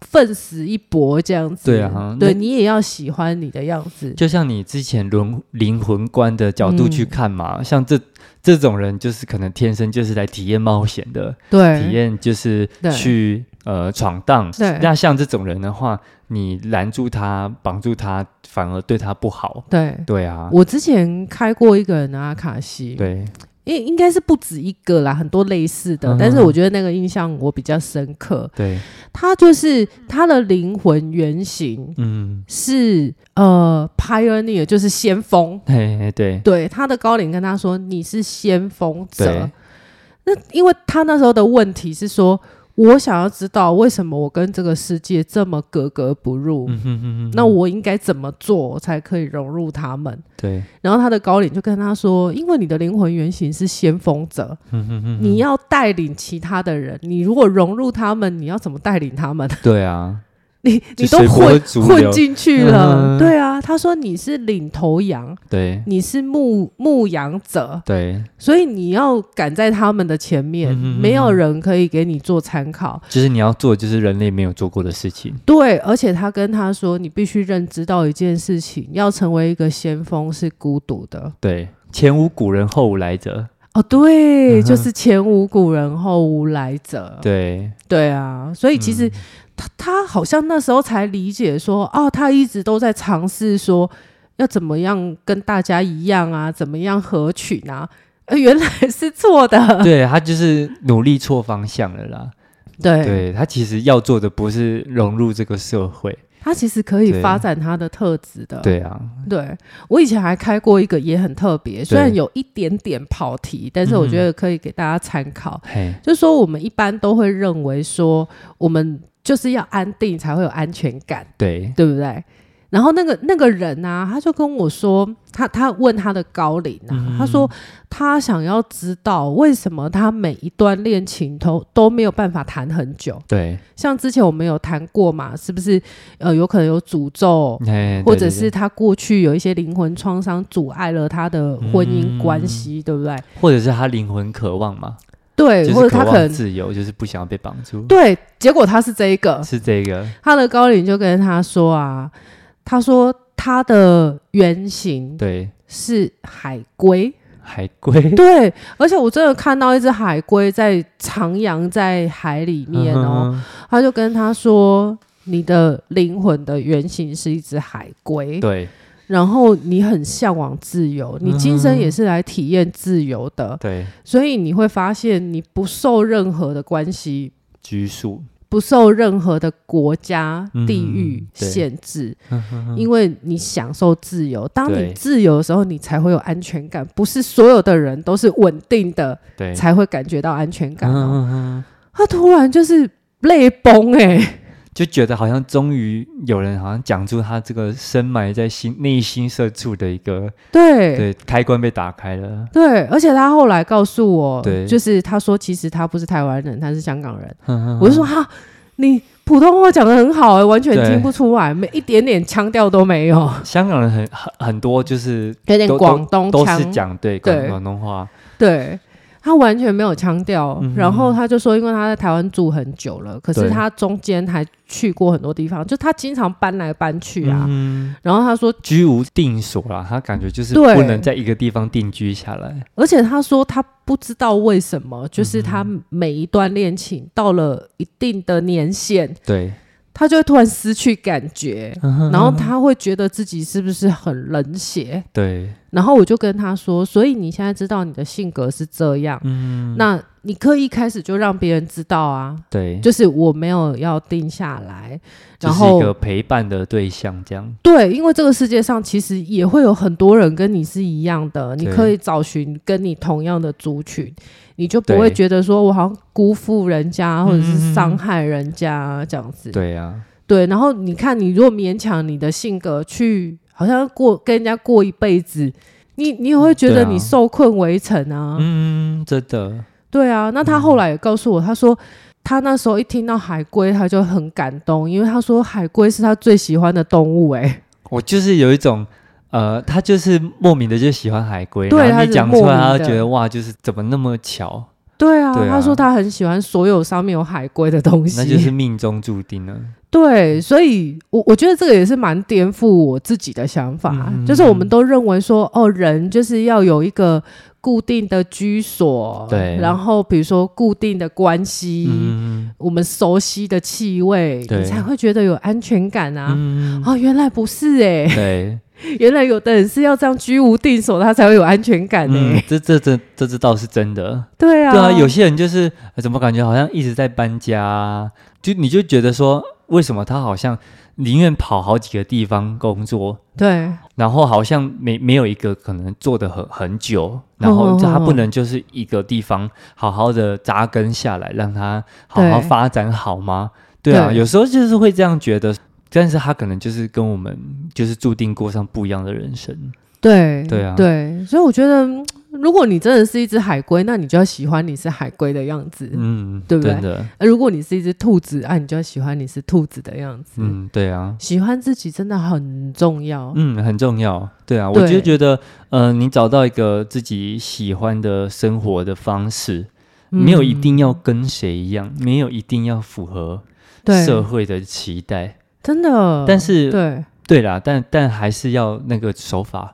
Speaker 2: 奋死一搏这样子。
Speaker 1: 对啊
Speaker 2: 对
Speaker 1: 那
Speaker 2: 你也要喜欢你的样子。
Speaker 1: 就像你之前轮灵魂观的角度去
Speaker 2: 嗯
Speaker 1: 看嘛，像这这种人，就是可能天生就是来体验冒险的，
Speaker 2: 对，
Speaker 1: 体验就是
Speaker 2: 对
Speaker 1: 去呃闯荡。
Speaker 2: 对
Speaker 1: 那像这种人的话，你拦住他、绑住他，反而对他不好。
Speaker 2: 对。
Speaker 1: 对啊，
Speaker 2: 我之前开过一个人的阿卡西，
Speaker 1: 对，
Speaker 2: 应应该是不止一个啦，很多类似的，
Speaker 1: 嗯哼
Speaker 2: 但是我觉得那个印象我比较深刻。
Speaker 1: 对，
Speaker 2: 他就是他的灵魂原型
Speaker 1: 嗯，
Speaker 2: 是呃 pioneer，就是先锋。
Speaker 1: 嘿嘿，对，
Speaker 2: 对，他的高龄跟他说你是先锋者
Speaker 1: 对。
Speaker 2: 那因为他那时候的问题是说，我想要知道为什么我跟这个世界这么格格不入，
Speaker 1: 嗯哼哼哼，
Speaker 2: 那我应该怎么做才可以融入他们？
Speaker 1: 对，
Speaker 2: 然后他的高领就跟他说：“因为你的灵魂原型是先锋者，
Speaker 1: 嗯哼哼，
Speaker 2: 你要带领其他的人。你如果融入他们，你要怎么带领他们？
Speaker 1: 对啊，
Speaker 2: 你
Speaker 1: 就
Speaker 2: 你都
Speaker 1: 随波
Speaker 2: 混
Speaker 1: 逐流
Speaker 2: 混进去了。
Speaker 1: 嗯
Speaker 2: 对啊，他说你是领头羊，
Speaker 1: 对
Speaker 2: 你是牧牧羊者，
Speaker 1: 对，
Speaker 2: 所以你要赶在他们的前面，
Speaker 1: 嗯哼哼
Speaker 2: 没有人可以给你做参考。
Speaker 1: 就是你要做的就是人类没有做过的事情，
Speaker 2: 对，而且他跟他说，你必须认知到一件事情，要成为一个先锋是孤独的。”
Speaker 1: 对，前无古人后无来者，
Speaker 2: 哦，对，
Speaker 1: 嗯哼
Speaker 2: 就是前无古人后无来者。
Speaker 1: 对，嗯
Speaker 2: 对啊，所以其实、他他好像那时候才理解说，哦，他一直都在尝试说要怎么样跟大家一样啊，怎么样合群啊，呃，原来是错的。
Speaker 1: 嗯对他就是努力错方向了啦，
Speaker 2: 对，
Speaker 1: 对他其实要做的不是融入这个社会，
Speaker 2: 他其实可以
Speaker 1: 对
Speaker 2: 发展他的特质的。
Speaker 1: 对啊，
Speaker 2: 对我以前还开过一个也很特别，虽然
Speaker 1: 对嗯
Speaker 2: 有一点点跑题，但是我觉得可以给大家参考。
Speaker 1: 嘿，
Speaker 2: 就是说，我们一般都会认为说，我们就是要安定才会有安全感，
Speaker 1: 对，
Speaker 2: 对不对？然后那个那个人啊，他就跟我说，他他问他的高龄啊，
Speaker 1: 嗯
Speaker 2: 他说他想要知道为什么他每一段恋情都都没有办法谈很久。
Speaker 1: 对，
Speaker 2: 像之前我们有谈过嘛，是不是？呃，有可能有诅咒，
Speaker 1: 嘿，
Speaker 2: 哦或
Speaker 1: 嗯对
Speaker 2: 者
Speaker 1: 对
Speaker 2: 是
Speaker 1: 对
Speaker 2: 他过去有一些灵魂创伤阻碍了他的婚姻关系，对不对？
Speaker 1: 或者是他灵魂渴望嘛，
Speaker 2: 对，
Speaker 1: 嗯就
Speaker 2: 或
Speaker 1: 是
Speaker 2: 者
Speaker 1: 渴
Speaker 2: 他可
Speaker 1: 望
Speaker 2: 能
Speaker 1: 自由，就是不想要被绑住，
Speaker 2: 对，啊嗯结果他是这一个，
Speaker 1: 是这个，
Speaker 2: 他的高领就跟他说啊，他说他的原型
Speaker 1: 对，
Speaker 2: 是海龟，
Speaker 1: 海龟，
Speaker 2: 对，而且我真的看到一只海龟在徜徉在海里面哦，
Speaker 1: 嗯哼
Speaker 2: 他就跟他说。你的灵魂的原型是一只海 龟，
Speaker 1: 对嗯
Speaker 2: 然后你很向往自由，你今生也是来体验自由的，
Speaker 1: 对，
Speaker 2: 所以你会发现你不受任何的关系，
Speaker 1: 拘束，
Speaker 2: 不受任何的国家、
Speaker 1: 嗯
Speaker 2: 地域
Speaker 1: 对
Speaker 2: 限制，
Speaker 1: 嗯哼哼
Speaker 2: 因为你享受自由，当你
Speaker 1: 对
Speaker 2: 自由的时候，你才会有安全感。不是所有的人都是稳定的
Speaker 1: 对，
Speaker 2: 才会感觉到安全感、
Speaker 1: 嗯
Speaker 2: 哦。
Speaker 1: 哼哼
Speaker 2: 他突然就是泪崩哎、
Speaker 1: 就觉得好像终于有人好像讲出他这个深埋在心内心深处的一个
Speaker 2: 对
Speaker 1: 对开关被打开了，
Speaker 2: 对而且他后来告诉我，
Speaker 1: 对
Speaker 2: 就是他说其实他不是台湾人，他是香港人。我
Speaker 1: 我
Speaker 2: 就说哈、你普通话讲的很好哎、完全
Speaker 1: 对
Speaker 2: 听不出来，没一点点腔调都没有，
Speaker 1: 香港人很很很多就是
Speaker 2: 有点
Speaker 1: 都
Speaker 2: 广东
Speaker 1: 都
Speaker 2: 腔
Speaker 1: 是讲对
Speaker 2: 对
Speaker 1: 广广东话，
Speaker 2: 对他完全没有腔调，
Speaker 1: 嗯哼
Speaker 2: 然后他就说，因为他在台湾住很久了，可是
Speaker 1: 对
Speaker 2: 他中间还去过很多地方，就他经常搬来搬去啊。
Speaker 1: 嗯，
Speaker 2: 然后他说，
Speaker 1: 居无定所啦，他感觉就是
Speaker 2: 对
Speaker 1: 不能在一个地方定居下来，
Speaker 2: 而且他说他不知道为什么，就是他
Speaker 1: 嗯
Speaker 2: 每一段恋情到了一定的年限，
Speaker 1: 对，
Speaker 2: 他就会突然失去感觉，
Speaker 1: 然
Speaker 2: 然后他会觉得自己是不是很冷血。
Speaker 1: 对，
Speaker 2: 然后我就跟他说，所以你现在知道你的性格是这样，
Speaker 1: 嗯，
Speaker 2: 那你可以一开始就让别人知道啊，
Speaker 1: 对，
Speaker 2: 就是我没有要定下来，
Speaker 1: 就
Speaker 2: 然
Speaker 1: 是一个
Speaker 2: 后
Speaker 1: 陪伴的对象这样，
Speaker 2: 对，因为这个世界上其实也会有很多人跟你是一样的，你
Speaker 1: 对
Speaker 2: 可以找寻跟你同样的族群，你就不会
Speaker 1: 对
Speaker 2: 觉得说我好像辜负人家或者是
Speaker 1: 嗯
Speaker 2: 伤害人家这样子。
Speaker 1: 对啊，
Speaker 2: 对然后你看，你如果勉强你的性格去，好像过跟人家过一辈子，你你也会觉得
Speaker 1: 对啊
Speaker 2: 你受困围城啊。
Speaker 1: 嗯，真的，
Speaker 2: 对啊，那他后来也告诉我，他说他那时候一听到海龟，他就很感动，因为他说海龟是他最喜欢的动物、欸，哎，
Speaker 1: 我就是有一种。呃，他就是莫名的就喜欢海龟，
Speaker 2: 对
Speaker 1: 然后
Speaker 2: 他
Speaker 1: 你
Speaker 2: 是
Speaker 1: 讲出
Speaker 2: 莫
Speaker 1: 来，
Speaker 2: 名
Speaker 1: 他
Speaker 2: 的
Speaker 1: 就觉得哇，就是怎么那么巧，
Speaker 2: 对啊，
Speaker 1: 对啊
Speaker 2: 他说他很喜欢所有上面有海龟的东西，
Speaker 1: 那就是命中注定了。
Speaker 2: 对，所以我我觉得这个也是蛮颠覆我自己的想法，
Speaker 1: 嗯
Speaker 2: 就是我们都认为说，哦，人就是要有一个固定的居所，
Speaker 1: 对
Speaker 2: 然后比如说固定的关系，
Speaker 1: 嗯
Speaker 2: 我们熟悉的气味，
Speaker 1: 对
Speaker 2: 你才会觉得有安全感啊。
Speaker 1: 嗯，
Speaker 2: 哦，原来不是哎、
Speaker 1: 对，
Speaker 2: 原来有的人是要这样居无定所，他才会有安全感哎、
Speaker 1: 嗯，这这这这这倒是真的。
Speaker 2: 对啊，
Speaker 1: 对啊，有些人就是呃怎么感觉好像一直在搬家啊，就你就觉得说，为什么他好像宁愿跑好几个地方工作，
Speaker 2: 对
Speaker 1: 然后好像没没有一个可能做的很很久，然后
Speaker 2: 嗯嗯
Speaker 1: 他
Speaker 2: 嗯
Speaker 1: 不能就是一个地方好好的扎根下来，让他好好
Speaker 2: 对
Speaker 1: 发展好吗？对啊，
Speaker 2: 对
Speaker 1: 有时候就是会这样觉得，但是他可能就是跟我们就是注定过上不一样的人生。
Speaker 2: 对
Speaker 1: 对啊
Speaker 2: 对，所以我觉得，嗯如果你真的是一只海龟，那你就要喜欢你是海龟的样子。
Speaker 1: 嗯，
Speaker 2: 对不对
Speaker 1: 真的，
Speaker 2: 呃如果你是一只兔子，啊，你就要喜欢你是兔子的样子。
Speaker 1: 嗯，对啊。
Speaker 2: 喜欢自己真的很重要。
Speaker 1: 嗯，很重要。对啊，我
Speaker 2: 对
Speaker 1: 就觉得，呃，你找到一个自己喜欢的生活的方式，
Speaker 2: 嗯
Speaker 1: 没有一定要跟谁一样，没有一定要符合
Speaker 2: 对
Speaker 1: 社会的期待。
Speaker 2: 真的，
Speaker 1: 但是
Speaker 2: 对，
Speaker 1: 对啦，但但还是要那个手法。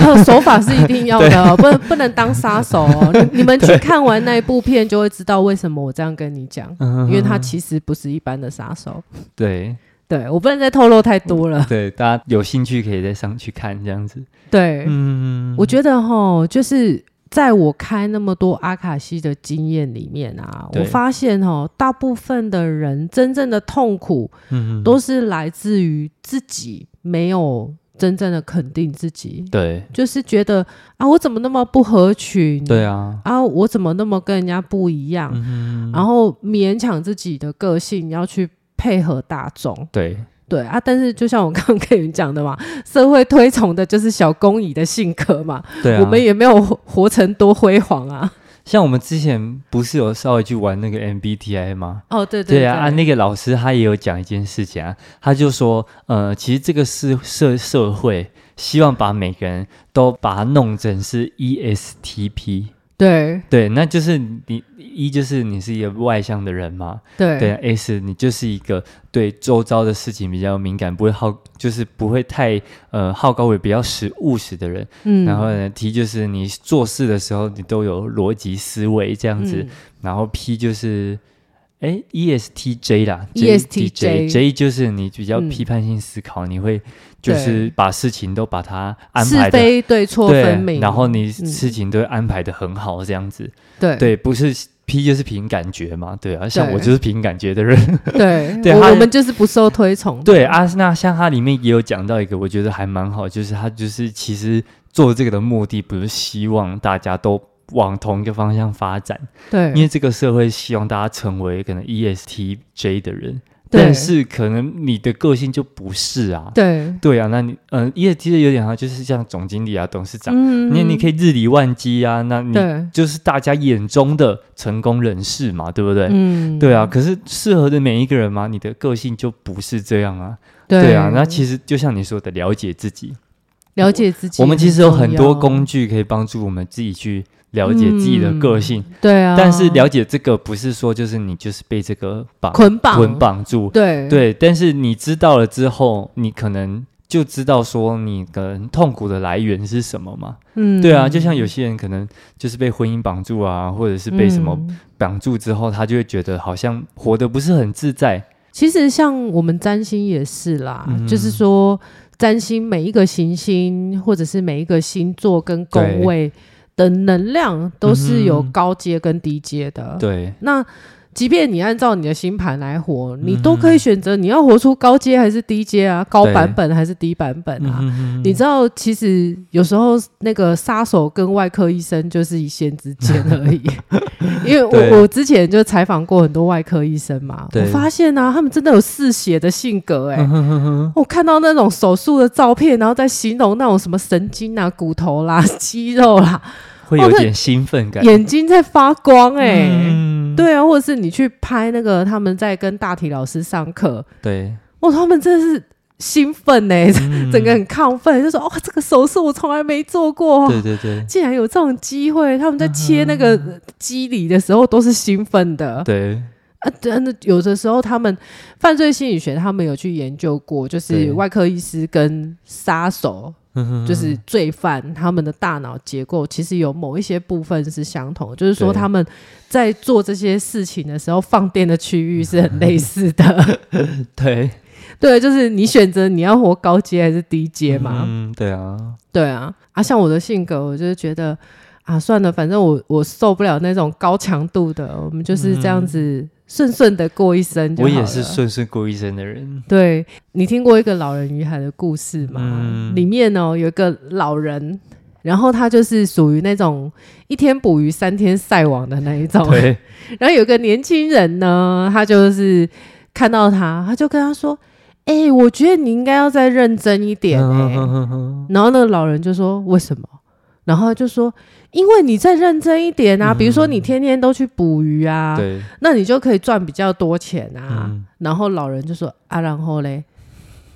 Speaker 2: 呃手法是一定要的哦，不能不能当杀手 哦。你你们去看完那一部片，就会知道为什么我这样跟你讲，
Speaker 1: 嗯
Speaker 2: 因为他其实不是一般的杀手。
Speaker 1: 对
Speaker 2: 对我不能再透露太多了。
Speaker 1: 对，大家有兴趣可以再上去看这样子。
Speaker 2: 对，
Speaker 1: 嗯，
Speaker 2: 我觉得哈，就是在我开那么多阿卡西的经验里面啊，
Speaker 1: 对
Speaker 2: 我发现哈，大部分的人真正的痛苦
Speaker 1: 嗯
Speaker 2: 都是来自于自己没有真正的肯定自己，
Speaker 1: 对
Speaker 2: 就是觉得啊，我怎么那么不合群？
Speaker 1: 对啊，
Speaker 2: 啊，我怎么那么跟人家不一样？
Speaker 1: 嗯
Speaker 2: 然后勉强自己的个性要去配合大众，
Speaker 1: 对
Speaker 2: 对啊。但是就像我刚刚 跟你讲的嘛，社会推崇的就是小公益的性格嘛，
Speaker 1: 对啊，
Speaker 2: 我们也没有活活成多辉煌啊。
Speaker 1: 像我们之前不是有稍微去玩那个 MBTI 吗？
Speaker 2: 哦，对
Speaker 1: 对
Speaker 2: 对
Speaker 1: 啊，啊，那个老师他也有讲一件事情啊，他就说，呃，其实这个是社社会希望把每个人都把它弄成是 E ESTP，
Speaker 2: 对
Speaker 1: 对，那就是你一就是你是一个外向的人嘛，
Speaker 2: 对
Speaker 1: 对啊，S 你就是一个对周遭的事情比较敏感，不会好就是不会太呃好高骛远，比较实务实的人。
Speaker 2: 嗯
Speaker 1: 然后呢，T 就是你做事的时候你都有逻辑思维这样子，
Speaker 2: 嗯
Speaker 1: 然后 P 就是哎 ESTJ 啦
Speaker 2: E ESTJ
Speaker 1: J 就是你比较
Speaker 2: 嗯
Speaker 1: 批判性思考，你会就是把事情都把它安
Speaker 2: 是
Speaker 1: 排的
Speaker 2: 非对错分
Speaker 1: 对，
Speaker 2: 明，
Speaker 1: 然后你
Speaker 2: 嗯
Speaker 1: 事情都会安排的很好这样子，
Speaker 2: 对
Speaker 1: 对，不是 P 就是凭感觉嘛，对啊，像
Speaker 2: 嗯对
Speaker 1: 我就是凭感觉的 人，
Speaker 2: 对
Speaker 1: 对他
Speaker 2: 我我们就是不受推崇的，
Speaker 1: 对啊，那像他里面也有讲到一个，我觉得还蛮好，就是他就是其实做这个的目的不是希望大家都。往同一个方向发展，
Speaker 2: 对，
Speaker 1: 因为这个社会希望大家成为可能 E ESTJ 的人，
Speaker 2: 对
Speaker 1: 但是可能你的个性就不是啊。
Speaker 2: 对，
Speaker 1: 对啊，那你嗯、呃、，ESTJ 有点好像就是像总经理啊、董事长，
Speaker 2: 嗯
Speaker 1: 你你可
Speaker 2: 以
Speaker 1: 以日理万机啊，那你
Speaker 2: 对，
Speaker 1: 就是大家眼中的成功人士嘛，对不对？
Speaker 2: 嗯
Speaker 1: 对啊，，可是适合的每一个人嘛，你的个性就不是这样啊。
Speaker 2: 对
Speaker 1: 啊，那其实就像你说的，了解自己，
Speaker 2: 了解自己，
Speaker 1: 我们其实有很多工，具可以帮助我们自己去了解自己的
Speaker 2: 嗯
Speaker 1: 个性，
Speaker 2: 对啊，
Speaker 1: 但是了解这个不是说就是你就是被这个绑
Speaker 2: 捆绑
Speaker 1: 捆，绑住，
Speaker 2: 对
Speaker 1: 对，但是你知道了之后，你可能。就知道说你可能痛苦的来源是什么嘛？
Speaker 2: 嗯
Speaker 1: 对啊，就像有些人可能就是被婚姻绑住啊，或者是被什么
Speaker 2: 嗯
Speaker 1: 绑住之后，他就会觉得好像活得不是很自在。
Speaker 2: 其实像我们占星也是啦，
Speaker 1: 嗯
Speaker 2: 就是说占星每一个行星或者是每一个星座跟宫位的能量都是有
Speaker 1: 嗯哼
Speaker 2: 高阶跟低阶的。，
Speaker 1: 对，
Speaker 2: 那即便你按照你的星盘来活，你
Speaker 1: 嗯
Speaker 2: 都可以选择你要活出高阶还是低阶啊，高版本还是低版本啊。
Speaker 1: 嗯
Speaker 2: 你知道，其实有时候那个杀手跟外科医生就是一线之间 而已。因为
Speaker 1: 对
Speaker 2: 我我之前就采访过很多外科医生嘛，我
Speaker 1: 对嗯
Speaker 2: 发现呢、他们真的有嗜血的性格、欸，哎、
Speaker 1: 哼哼哼
Speaker 2: 我看到那种 手术的照片，然后再形容那种什么神经啊、骨头啦、肌肉啦，
Speaker 1: 会有点兴奋感，
Speaker 2: 眼睛在发光哎、
Speaker 1: 嗯
Speaker 2: 对啊，或者是你去拍那个他们在跟大体老师上课，
Speaker 1: 对，
Speaker 2: 哇，他们真的是兴奋哎、
Speaker 1: 嗯
Speaker 2: 整个很亢奋，就说哦，这个手势我从来没做过，
Speaker 1: 对对 对
Speaker 2: 竟然有这种机会。他们在切那个机理的时候都是兴奋的
Speaker 1: 对，
Speaker 2: 啊，真的有的时候他们犯罪心理学他们有去研究过，就是
Speaker 1: 对
Speaker 2: 外科医师跟杀手
Speaker 1: 嗯
Speaker 2: 就是罪犯他们的大脑结构其实有某一些部分是相同的，就是说
Speaker 1: 对
Speaker 2: 他们在做这些事情的时候放电的区域是很类似的。
Speaker 1: 对
Speaker 2: 对，就是你选择你要活高阶还是低阶嘛。
Speaker 1: 嗯，对啊，
Speaker 2: 对啊，啊，像我的性格，我就是觉得啊，算了，反正我我受不了那种高强度的，我们就是这样子顺顺的过一生就好
Speaker 1: 我
Speaker 2: 了。
Speaker 1: 也是顺顺过一生的人，
Speaker 2: 对你听过一个老人与海的故事吗？
Speaker 1: 嗯
Speaker 2: 里面呢有一个老人，然后他就是属于那种一天捕鱼三天晒网的那一种。
Speaker 1: 对，
Speaker 2: 然后有一个年轻人呢，他就是看到他，他就跟他说：“哎、我觉得你应该要再认真一点、欸。
Speaker 1: 嗯
Speaker 2: 然后那个老人就说：“为什么？”然后他就说：“因为你再认真一点啊，比如说你天天都去捕鱼啊，
Speaker 1: 嗯对，
Speaker 2: 那你就可以赚比较多钱啊。
Speaker 1: 嗯
Speaker 2: 然后老人就说：“啊，然后嘞，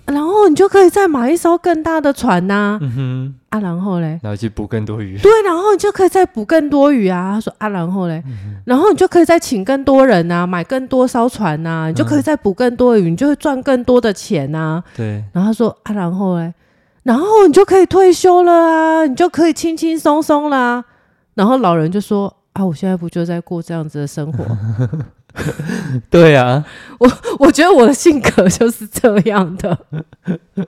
Speaker 2: 啊然后你就可以再买一艘更大的船呐、
Speaker 1: 嗯哼，
Speaker 2: 啊，然后嘞，
Speaker 1: 然后去捕更多鱼，
Speaker 2: 对，然后你就可以再捕更多鱼啊。”他说：“啊，然后嘞，然后你就可以再请更多人啊，买更多艘船呐、你就可以再捕更多鱼，你就会赚更多的钱呐、
Speaker 1: 对，
Speaker 2: 然后他说：“啊，然后嘞，然后你就可以退休了啊，你就可以轻轻松松啦。”然后老人就说：“啊，我现在不就在过这样子的生活？”
Speaker 1: 对啊，
Speaker 2: 我觉得我的性格就是这样的。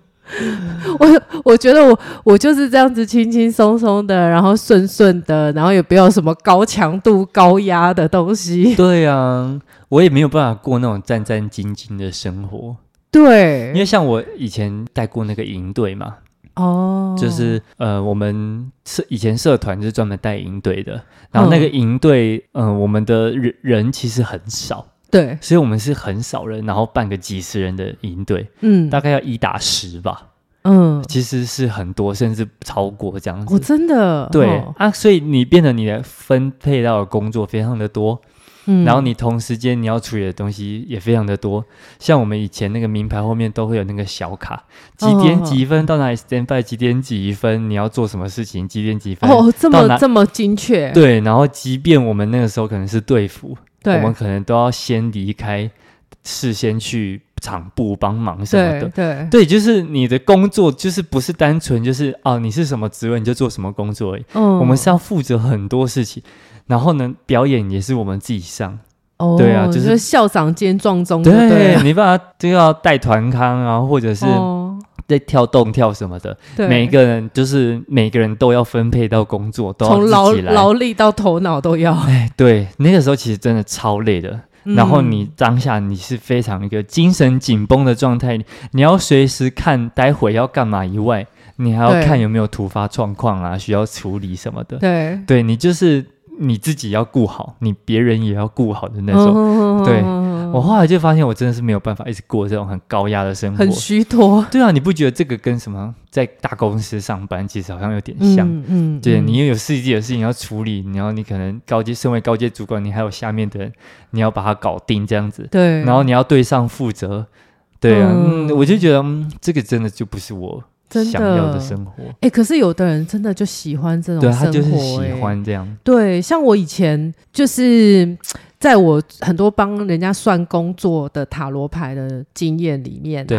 Speaker 2: 我我觉得我我就是这样子轻轻松松的，然后顺顺的，然后也不要什么高强度、高压的东西。
Speaker 1: 对啊，我也没有办法过那种战战兢兢的生活，因
Speaker 2: 对，
Speaker 1: 为像我以前带过那个营队嘛，
Speaker 2: 哦，
Speaker 1: 就是呃，我们社以前社团就是专门带营队的，然后那个
Speaker 2: 嗯
Speaker 1: 营队，呃，我们的人人其实很少，
Speaker 2: 对，
Speaker 1: 所以我们是很少人，然后办个几十人的营队，
Speaker 2: 嗯
Speaker 1: 大概要一打十吧，
Speaker 2: 嗯，
Speaker 1: 其实是很多，甚至超过这样子。
Speaker 2: 我真的
Speaker 1: 对、
Speaker 2: 哦
Speaker 1: 啊，所以你变得你的分配到的工作非常的多，
Speaker 2: 嗯
Speaker 1: 然后你同时间你要处理的东西也非常的多。像我们以前那个名牌后面都会有那个小卡，几点
Speaker 2: 哦
Speaker 1: 几分到哪里 stand by，几点几分你要做什么事情，几点几分
Speaker 2: 哦，这
Speaker 1: 到
Speaker 2: 么
Speaker 1: 哪
Speaker 2: 这么精确，
Speaker 1: 对，然后即便我们那个时候可能是队服，我
Speaker 2: 对
Speaker 1: 们可能都要先离开，事先去场部帮忙什么
Speaker 2: 对
Speaker 1: 的。
Speaker 2: 对
Speaker 1: 对，就是你的工作，就是不是单纯就是哦，你是什么职位你就做什么工作而已。
Speaker 2: 嗯
Speaker 1: 我们是要负责很多事情，然后呢，表演也是我们自己上。
Speaker 2: 哦，
Speaker 1: 对啊就是
Speaker 2: 校长兼撞钟就嗯对
Speaker 1: 对，
Speaker 2: 了，
Speaker 1: 你爸就要带团康啊，或者是
Speaker 2: 哦
Speaker 1: 在跳动跳什么的。
Speaker 2: 对
Speaker 1: 每一个人就是每个人都要分配到工作，都
Speaker 2: 从
Speaker 1: 要
Speaker 2: 劳
Speaker 1: 自己来。
Speaker 2: 劳力到头脑都要，
Speaker 1: 哎，对，那个时候其实真的超累的。然后
Speaker 2: 嗯
Speaker 1: 你当下你是非常一个精神紧绷的状态，你要随时看待会要干嘛以外，你还要
Speaker 2: 对
Speaker 1: 看有没有突发状况啊，需要处理什么的。
Speaker 2: 对
Speaker 1: 对你就是你自己要顾好，你别人也要顾好的那种。
Speaker 2: 种
Speaker 1: 对我
Speaker 2: 我
Speaker 1: 后来就发现，我真的是没有办法一直过这种很高压的生活
Speaker 2: 很。虚脱，
Speaker 1: 对啊，你不觉得这个跟什么在大公司上班其实好像有点像？
Speaker 2: 嗯嗯，
Speaker 1: 对
Speaker 2: 嗯
Speaker 1: 你也有自己的事情要处理，然后你可能高阶身为高阶主管，你还有下面的人，你要把它搞定这样子，
Speaker 2: 对，
Speaker 1: 然后你要对上负责。对啊，
Speaker 2: 嗯
Speaker 1: 嗯我就觉得、嗯、这个真的就不是我
Speaker 2: 真
Speaker 1: 想要的
Speaker 2: 的。
Speaker 1: 生活。
Speaker 2: 哎，可是有的人真的就喜欢这种
Speaker 1: 对啊
Speaker 2: 生活，
Speaker 1: 他就是喜
Speaker 2: 哎
Speaker 1: 欢这样，
Speaker 2: 对，像我以前就是在我很多帮人家算工作的塔罗牌的经验里面、啊，
Speaker 1: 对，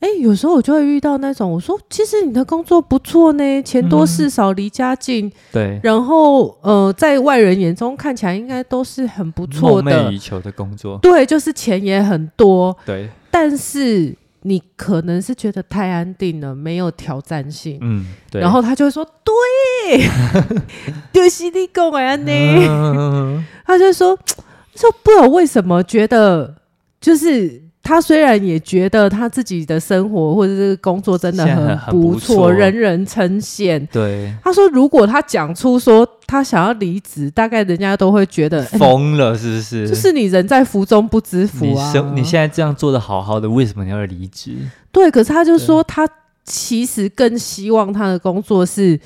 Speaker 2: 哎，有时候我就会遇到那种，我说其实你的工作不错呢，钱多
Speaker 1: 嗯
Speaker 2: 事少，离家近，
Speaker 1: 对，
Speaker 2: 然后呃，在外人眼中看起来应该都是很不错
Speaker 1: 嗯梦寐
Speaker 2: 的，
Speaker 1: 以求的工作，
Speaker 2: 对，就是钱也很多，
Speaker 1: 对，
Speaker 2: 但是你可能是觉得太安定了，没有挑战性，
Speaker 1: 嗯，对。
Speaker 2: 然后他就会说对， 就是你跟我安呢。
Speaker 1: 嗯，
Speaker 2: 他就说，就不知道为什么觉得，就是他虽然也觉得他自己的生活或者是工作真的
Speaker 1: 现在很
Speaker 2: 很不
Speaker 1: 很不错
Speaker 2: 人人称羡。
Speaker 1: 对，
Speaker 2: 他说，如果他讲出说他想要离职，大概人家都会觉得， 哎
Speaker 1: 疯了是不是？
Speaker 2: 就是你人在福中不知福
Speaker 1: 你
Speaker 2: 啊。
Speaker 1: 生你现在这样做的好好的，为什么你要离职？
Speaker 2: 对，可是他就说他其实更希望他的工作是。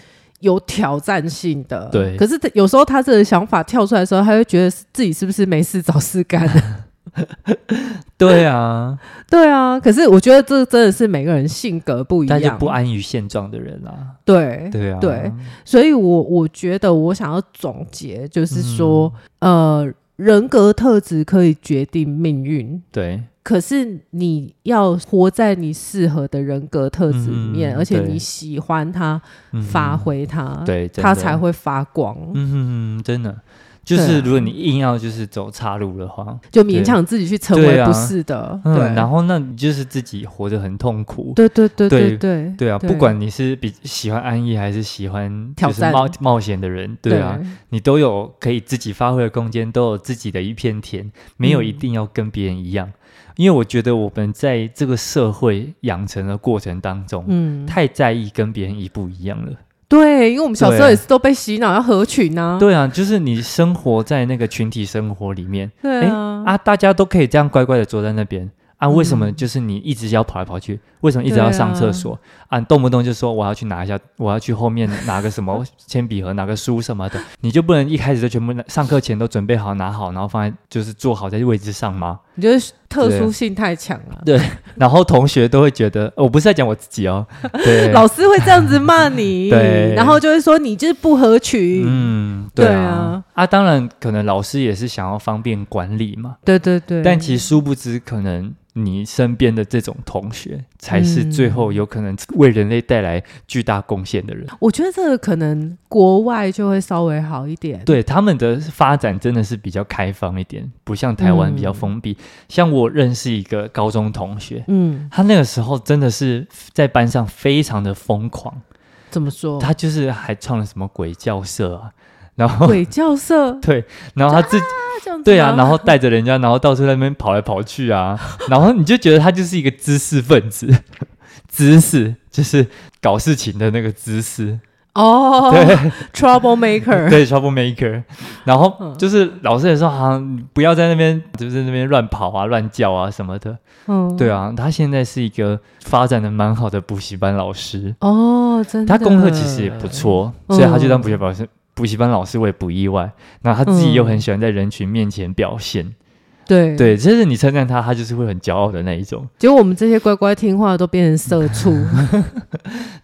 Speaker 2: 有挑战性的。
Speaker 1: 对
Speaker 2: 可是他有时候他这个想法跳出来的时候，他会觉得自己是不是没事找事干？啊
Speaker 1: 对啊，
Speaker 2: 对啊，可是我觉得这真的是每个人性格不一
Speaker 1: 但就
Speaker 2: 样，
Speaker 1: 不安于现状的人啦。
Speaker 2: 对
Speaker 1: 对啊，
Speaker 2: 对，所以我我觉得我想要总结就是
Speaker 1: 嗯
Speaker 2: 说，呃，人格特质可以决定命运。
Speaker 1: 对，
Speaker 2: 可是你要活在你适合的人格特质里面，
Speaker 1: 嗯
Speaker 2: 而且
Speaker 1: 对
Speaker 2: 你喜欢它，
Speaker 1: 嗯
Speaker 2: 发，挥它，
Speaker 1: 对，真
Speaker 2: 它
Speaker 1: 的
Speaker 2: 才，会发光。
Speaker 1: 嗯哼，真的，就
Speaker 2: 对
Speaker 1: 是
Speaker 2: 啊
Speaker 1: 如果你硬要就是走岔路的话，
Speaker 2: 就勉强自己去成
Speaker 1: 对
Speaker 2: 为
Speaker 1: 啊
Speaker 2: 不是的，对，
Speaker 1: 嗯，然后那你就是自己活得很痛苦。
Speaker 2: 对对对
Speaker 1: 对
Speaker 2: 对对
Speaker 1: 对啊，不管你是比喜欢安逸还是喜欢
Speaker 2: 挑
Speaker 1: 就是
Speaker 2: 战
Speaker 1: 冒冒险的人，对啊，，你都有可以自己发挥的空间，都有自己的一片天，没有一定要跟别人一样。因为我觉得我们在这个社会养成的过程当中，
Speaker 2: 嗯，
Speaker 1: 太在意跟别人一不一样了。
Speaker 2: 对，因为我们小时
Speaker 1: 对
Speaker 2: 候
Speaker 1: 啊
Speaker 2: 也是都被洗脑要合群啊，
Speaker 1: 对啊，就是你生活在那个群体生活里面
Speaker 2: 对啊，
Speaker 1: 啊，大家都可以这样乖乖的坐在那边。啊，为什么
Speaker 2: 嗯
Speaker 1: 就是你一直要跑来跑去？为什么一直要
Speaker 2: 对啊
Speaker 1: 上厕所？啊，你动不动就说我要去拿一下，我要去后面拿个什么铅笔盒、拿个书什么的，你就不能一开始就全部拿上课前都准备好拿好，然后放在就是坐好在位置上吗？
Speaker 2: 你就是特殊性太强啊了。
Speaker 1: 然后同学都会觉得，哦我不是在讲我自己哦，对，
Speaker 2: 老师会这样子骂你，
Speaker 1: 对
Speaker 2: 然后就会说你就是不合群，
Speaker 1: 嗯，
Speaker 2: 对
Speaker 1: 对
Speaker 2: 啊
Speaker 1: 啊，啊，当然可能老师也是想要方便管理嘛，
Speaker 2: 对对对。
Speaker 1: 但其实殊不知，可能你身边的这种同学，才是
Speaker 2: 嗯
Speaker 1: 最后有可能为人类带来巨大贡献的人。
Speaker 2: 我觉得这个可能国外就会稍微好一点，
Speaker 1: 对他们的发展真的是比较开放一点，不像台湾
Speaker 2: 嗯
Speaker 1: 比较封闭。像我认识一个高中同学，
Speaker 2: 嗯，
Speaker 1: 他那个时候真的是在班上非常的疯狂，
Speaker 2: 怎么说？
Speaker 1: 他就是还创了什么鬼教社啊，然后
Speaker 2: 鬼教社，
Speaker 1: 对，然后他自己。
Speaker 2: 那这样 子
Speaker 1: 对啊
Speaker 2: 吗，
Speaker 1: 然后带着人家，然后到处在那边跑来跑去 啊，然后你就觉得他就是一个知识分子， 知识就是搞事情的那个知识，
Speaker 2: 哦
Speaker 1: 对
Speaker 2: ，trouble maker，
Speaker 1: 对，trouble maker。然后
Speaker 2: 嗯
Speaker 1: 就是老师也说啊，你不要在那边就是那边乱跑啊、乱叫啊什么的。
Speaker 2: 嗯，
Speaker 1: 对啊，他现在是一个发展的蛮好的补习班老师，
Speaker 2: 哦，真的，
Speaker 1: 他功课其实也不，错，
Speaker 2: 嗯
Speaker 1: 所以他就当补习班老师。补习班老师我也不意外，那他自己又
Speaker 2: 嗯
Speaker 1: 很喜欢在人群面前表现，
Speaker 2: 对，
Speaker 1: 对，就是你称赞他，他就是会很骄傲的那一种。
Speaker 2: 结果我们这些乖乖听话的都变成 社畜，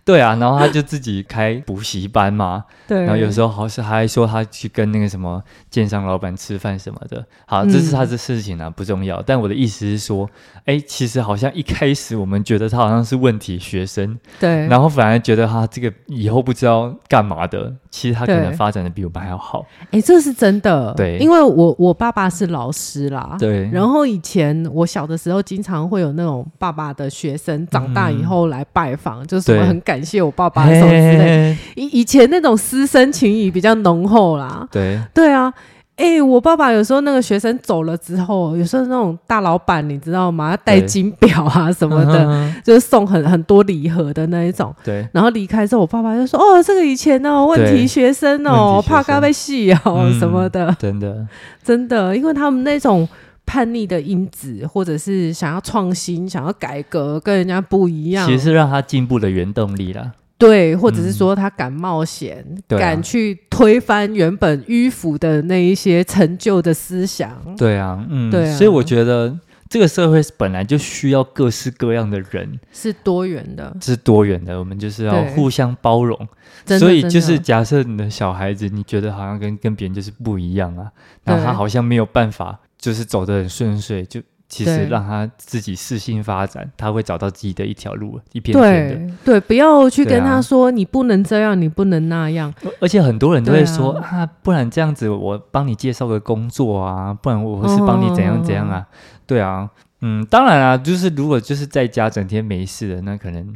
Speaker 1: 对啊，然后他就自己开补习班 嘛，
Speaker 2: 对，
Speaker 1: 然后有时候好像还说他去跟那个什么建商老板吃饭什么的。好，这是他
Speaker 2: 嗯
Speaker 1: 的事情啊，不重要。但我的意思是说，哎，其实好像一开始我们觉得他好像是问题学生，
Speaker 2: 对，
Speaker 1: 然后反而觉得他这个以后不知道干嘛的，其实他可能
Speaker 2: 对
Speaker 1: 发展的比我们还要好。
Speaker 2: 哎，这是真的，
Speaker 1: 对
Speaker 2: 因为我我爸爸是老师啦，。
Speaker 1: 对，
Speaker 2: 啊然后以前我小的时候，经常会有那种爸爸的学生长大以后来拜访，就是什么
Speaker 1: 对
Speaker 2: 很感谢我爸爸
Speaker 1: 嘿
Speaker 2: 什么 之类的。
Speaker 1: 嘿嘿
Speaker 2: 以以前那种师生情谊比较浓厚啦，
Speaker 1: 对，
Speaker 2: 对啊。哎、我爸爸有时候那个学生走了之后，有时候那种大老板你知道吗？他戴
Speaker 1: 对嗯
Speaker 2: 金表啊什
Speaker 1: 什
Speaker 2: 么的，就是送很很多礼盒的那一种。
Speaker 1: 对，
Speaker 2: 然后离开之后，我爸爸就说：“哦，这个以前哦，问题学生
Speaker 1: 问
Speaker 2: 哦，
Speaker 1: 题学生
Speaker 2: 怕咖被戏哦、
Speaker 1: 嗯
Speaker 2: 什么的，
Speaker 1: 真的，
Speaker 2: 真的，因为他们那种叛逆的因子，或者是想要创新、想要改革，跟人家不一样
Speaker 1: 其，实是让他进步的原动力啦。
Speaker 2: 对，或者是说他敢冒险，
Speaker 1: 对啊
Speaker 2: 敢去推翻原本迂腐的那一些陈旧的思想，
Speaker 1: 对啊，嗯，
Speaker 2: 对啊
Speaker 1: 所以我觉得这个社会本来就需要各式各样的人，
Speaker 2: 是多元的，
Speaker 1: 是多元的，我们就是要
Speaker 2: 对
Speaker 1: 互相包容。
Speaker 2: 真的
Speaker 1: 所以就
Speaker 2: 真
Speaker 1: 是
Speaker 2: 的
Speaker 1: 假设你的小孩子，你觉得好像跟跟别人就是不一样啊，那
Speaker 2: 对
Speaker 1: 他好像没有办法，就是走得很顺遂，就其实
Speaker 2: 对
Speaker 1: 让他自己适性发展，他会找到自己的一条路，一片天的。
Speaker 2: 对对，不要去
Speaker 1: 对
Speaker 2: 跟
Speaker 1: 啊
Speaker 2: 他说、你不能这样，你不能那样，
Speaker 1: 而而且很多人都会说
Speaker 2: 对
Speaker 1: 啊不然这样子我帮你介绍个工作啊，不然我是
Speaker 2: 哦
Speaker 1: 帮你怎样怎样啊，对啊，嗯，当然啊，就是如果就是在家整天没事的，那可能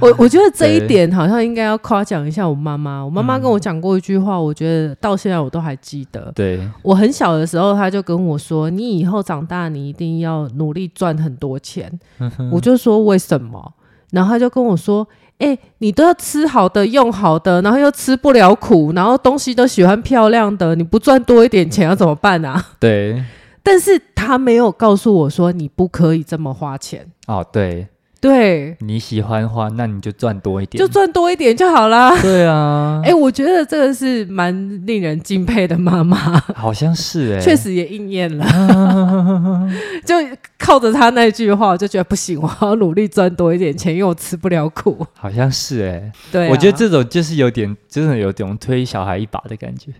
Speaker 2: 我我觉得这一
Speaker 1: 对
Speaker 2: 点好像应该要夸奖一下我妈妈。我妈妈
Speaker 1: 嗯
Speaker 2: 跟我讲过一句话，我觉得到现在我都还记得。
Speaker 1: 对，
Speaker 2: 我很小的时候，她就跟我说：“你以后长大，你一定要努力赚很多钱。
Speaker 1: 嗯
Speaker 2: 我就说：“为什么？”然后她就跟我说：“哎、你都要吃好的、用好的，然后又吃不了苦，然后东西都喜欢漂亮的，你不赚多一点钱要怎么办啊
Speaker 1: 对，？”
Speaker 2: 但是她没有告诉我说你不可以这么花钱。
Speaker 1: 哦，对，
Speaker 2: 对，
Speaker 1: 你喜欢花，那你就赚多一点，
Speaker 2: 就赚多一点就好啦。
Speaker 1: 对啊，
Speaker 2: 哎、我觉得这个是蛮令人敬佩的妈妈，
Speaker 1: 好像是哎、
Speaker 2: 确实也应验了。 就靠着她那句话，我就觉得不行，我要努力赚多一点钱，因为我吃不了苦。
Speaker 1: 好像是哎、
Speaker 2: 对啊、
Speaker 1: 我觉得这种就是有点，真的有种推小孩一把的感觉。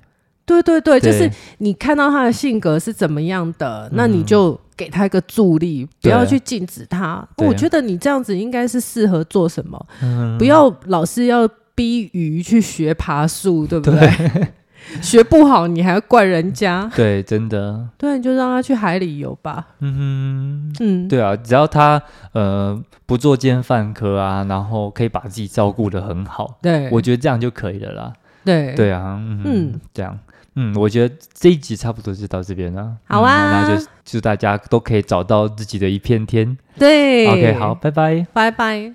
Speaker 2: 对对对，
Speaker 1: 对
Speaker 2: 就是你看到他的性格是怎么样的，那你就给他一个助力，不
Speaker 1: 嗯对
Speaker 2: 要去禁止他。
Speaker 1: 对
Speaker 2: 我觉得你这样子应该是适合做什么，
Speaker 1: 嗯，
Speaker 2: 不要老是要逼鱼去学爬树，对不对？ 学不好你还要怪人家，
Speaker 1: 对，真的，
Speaker 2: 对，你就让他去海里游吧。
Speaker 1: 嗯
Speaker 2: 嗯，
Speaker 1: 哼， 对啊，只要他呃不作奸犯科啊，然后可以把自己照顾的很好，
Speaker 2: 对，哎
Speaker 1: 我觉得这样就可以了啦。
Speaker 2: 对
Speaker 1: 对啊，嗯，
Speaker 2: 嗯
Speaker 1: 这样，嗯，我觉得这一集差不多就到这边了。
Speaker 2: 好啊
Speaker 1: 嗯那就祝大家都可以找到自己的一片天。
Speaker 2: 对
Speaker 1: OK，好，，拜拜。
Speaker 2: 拜拜。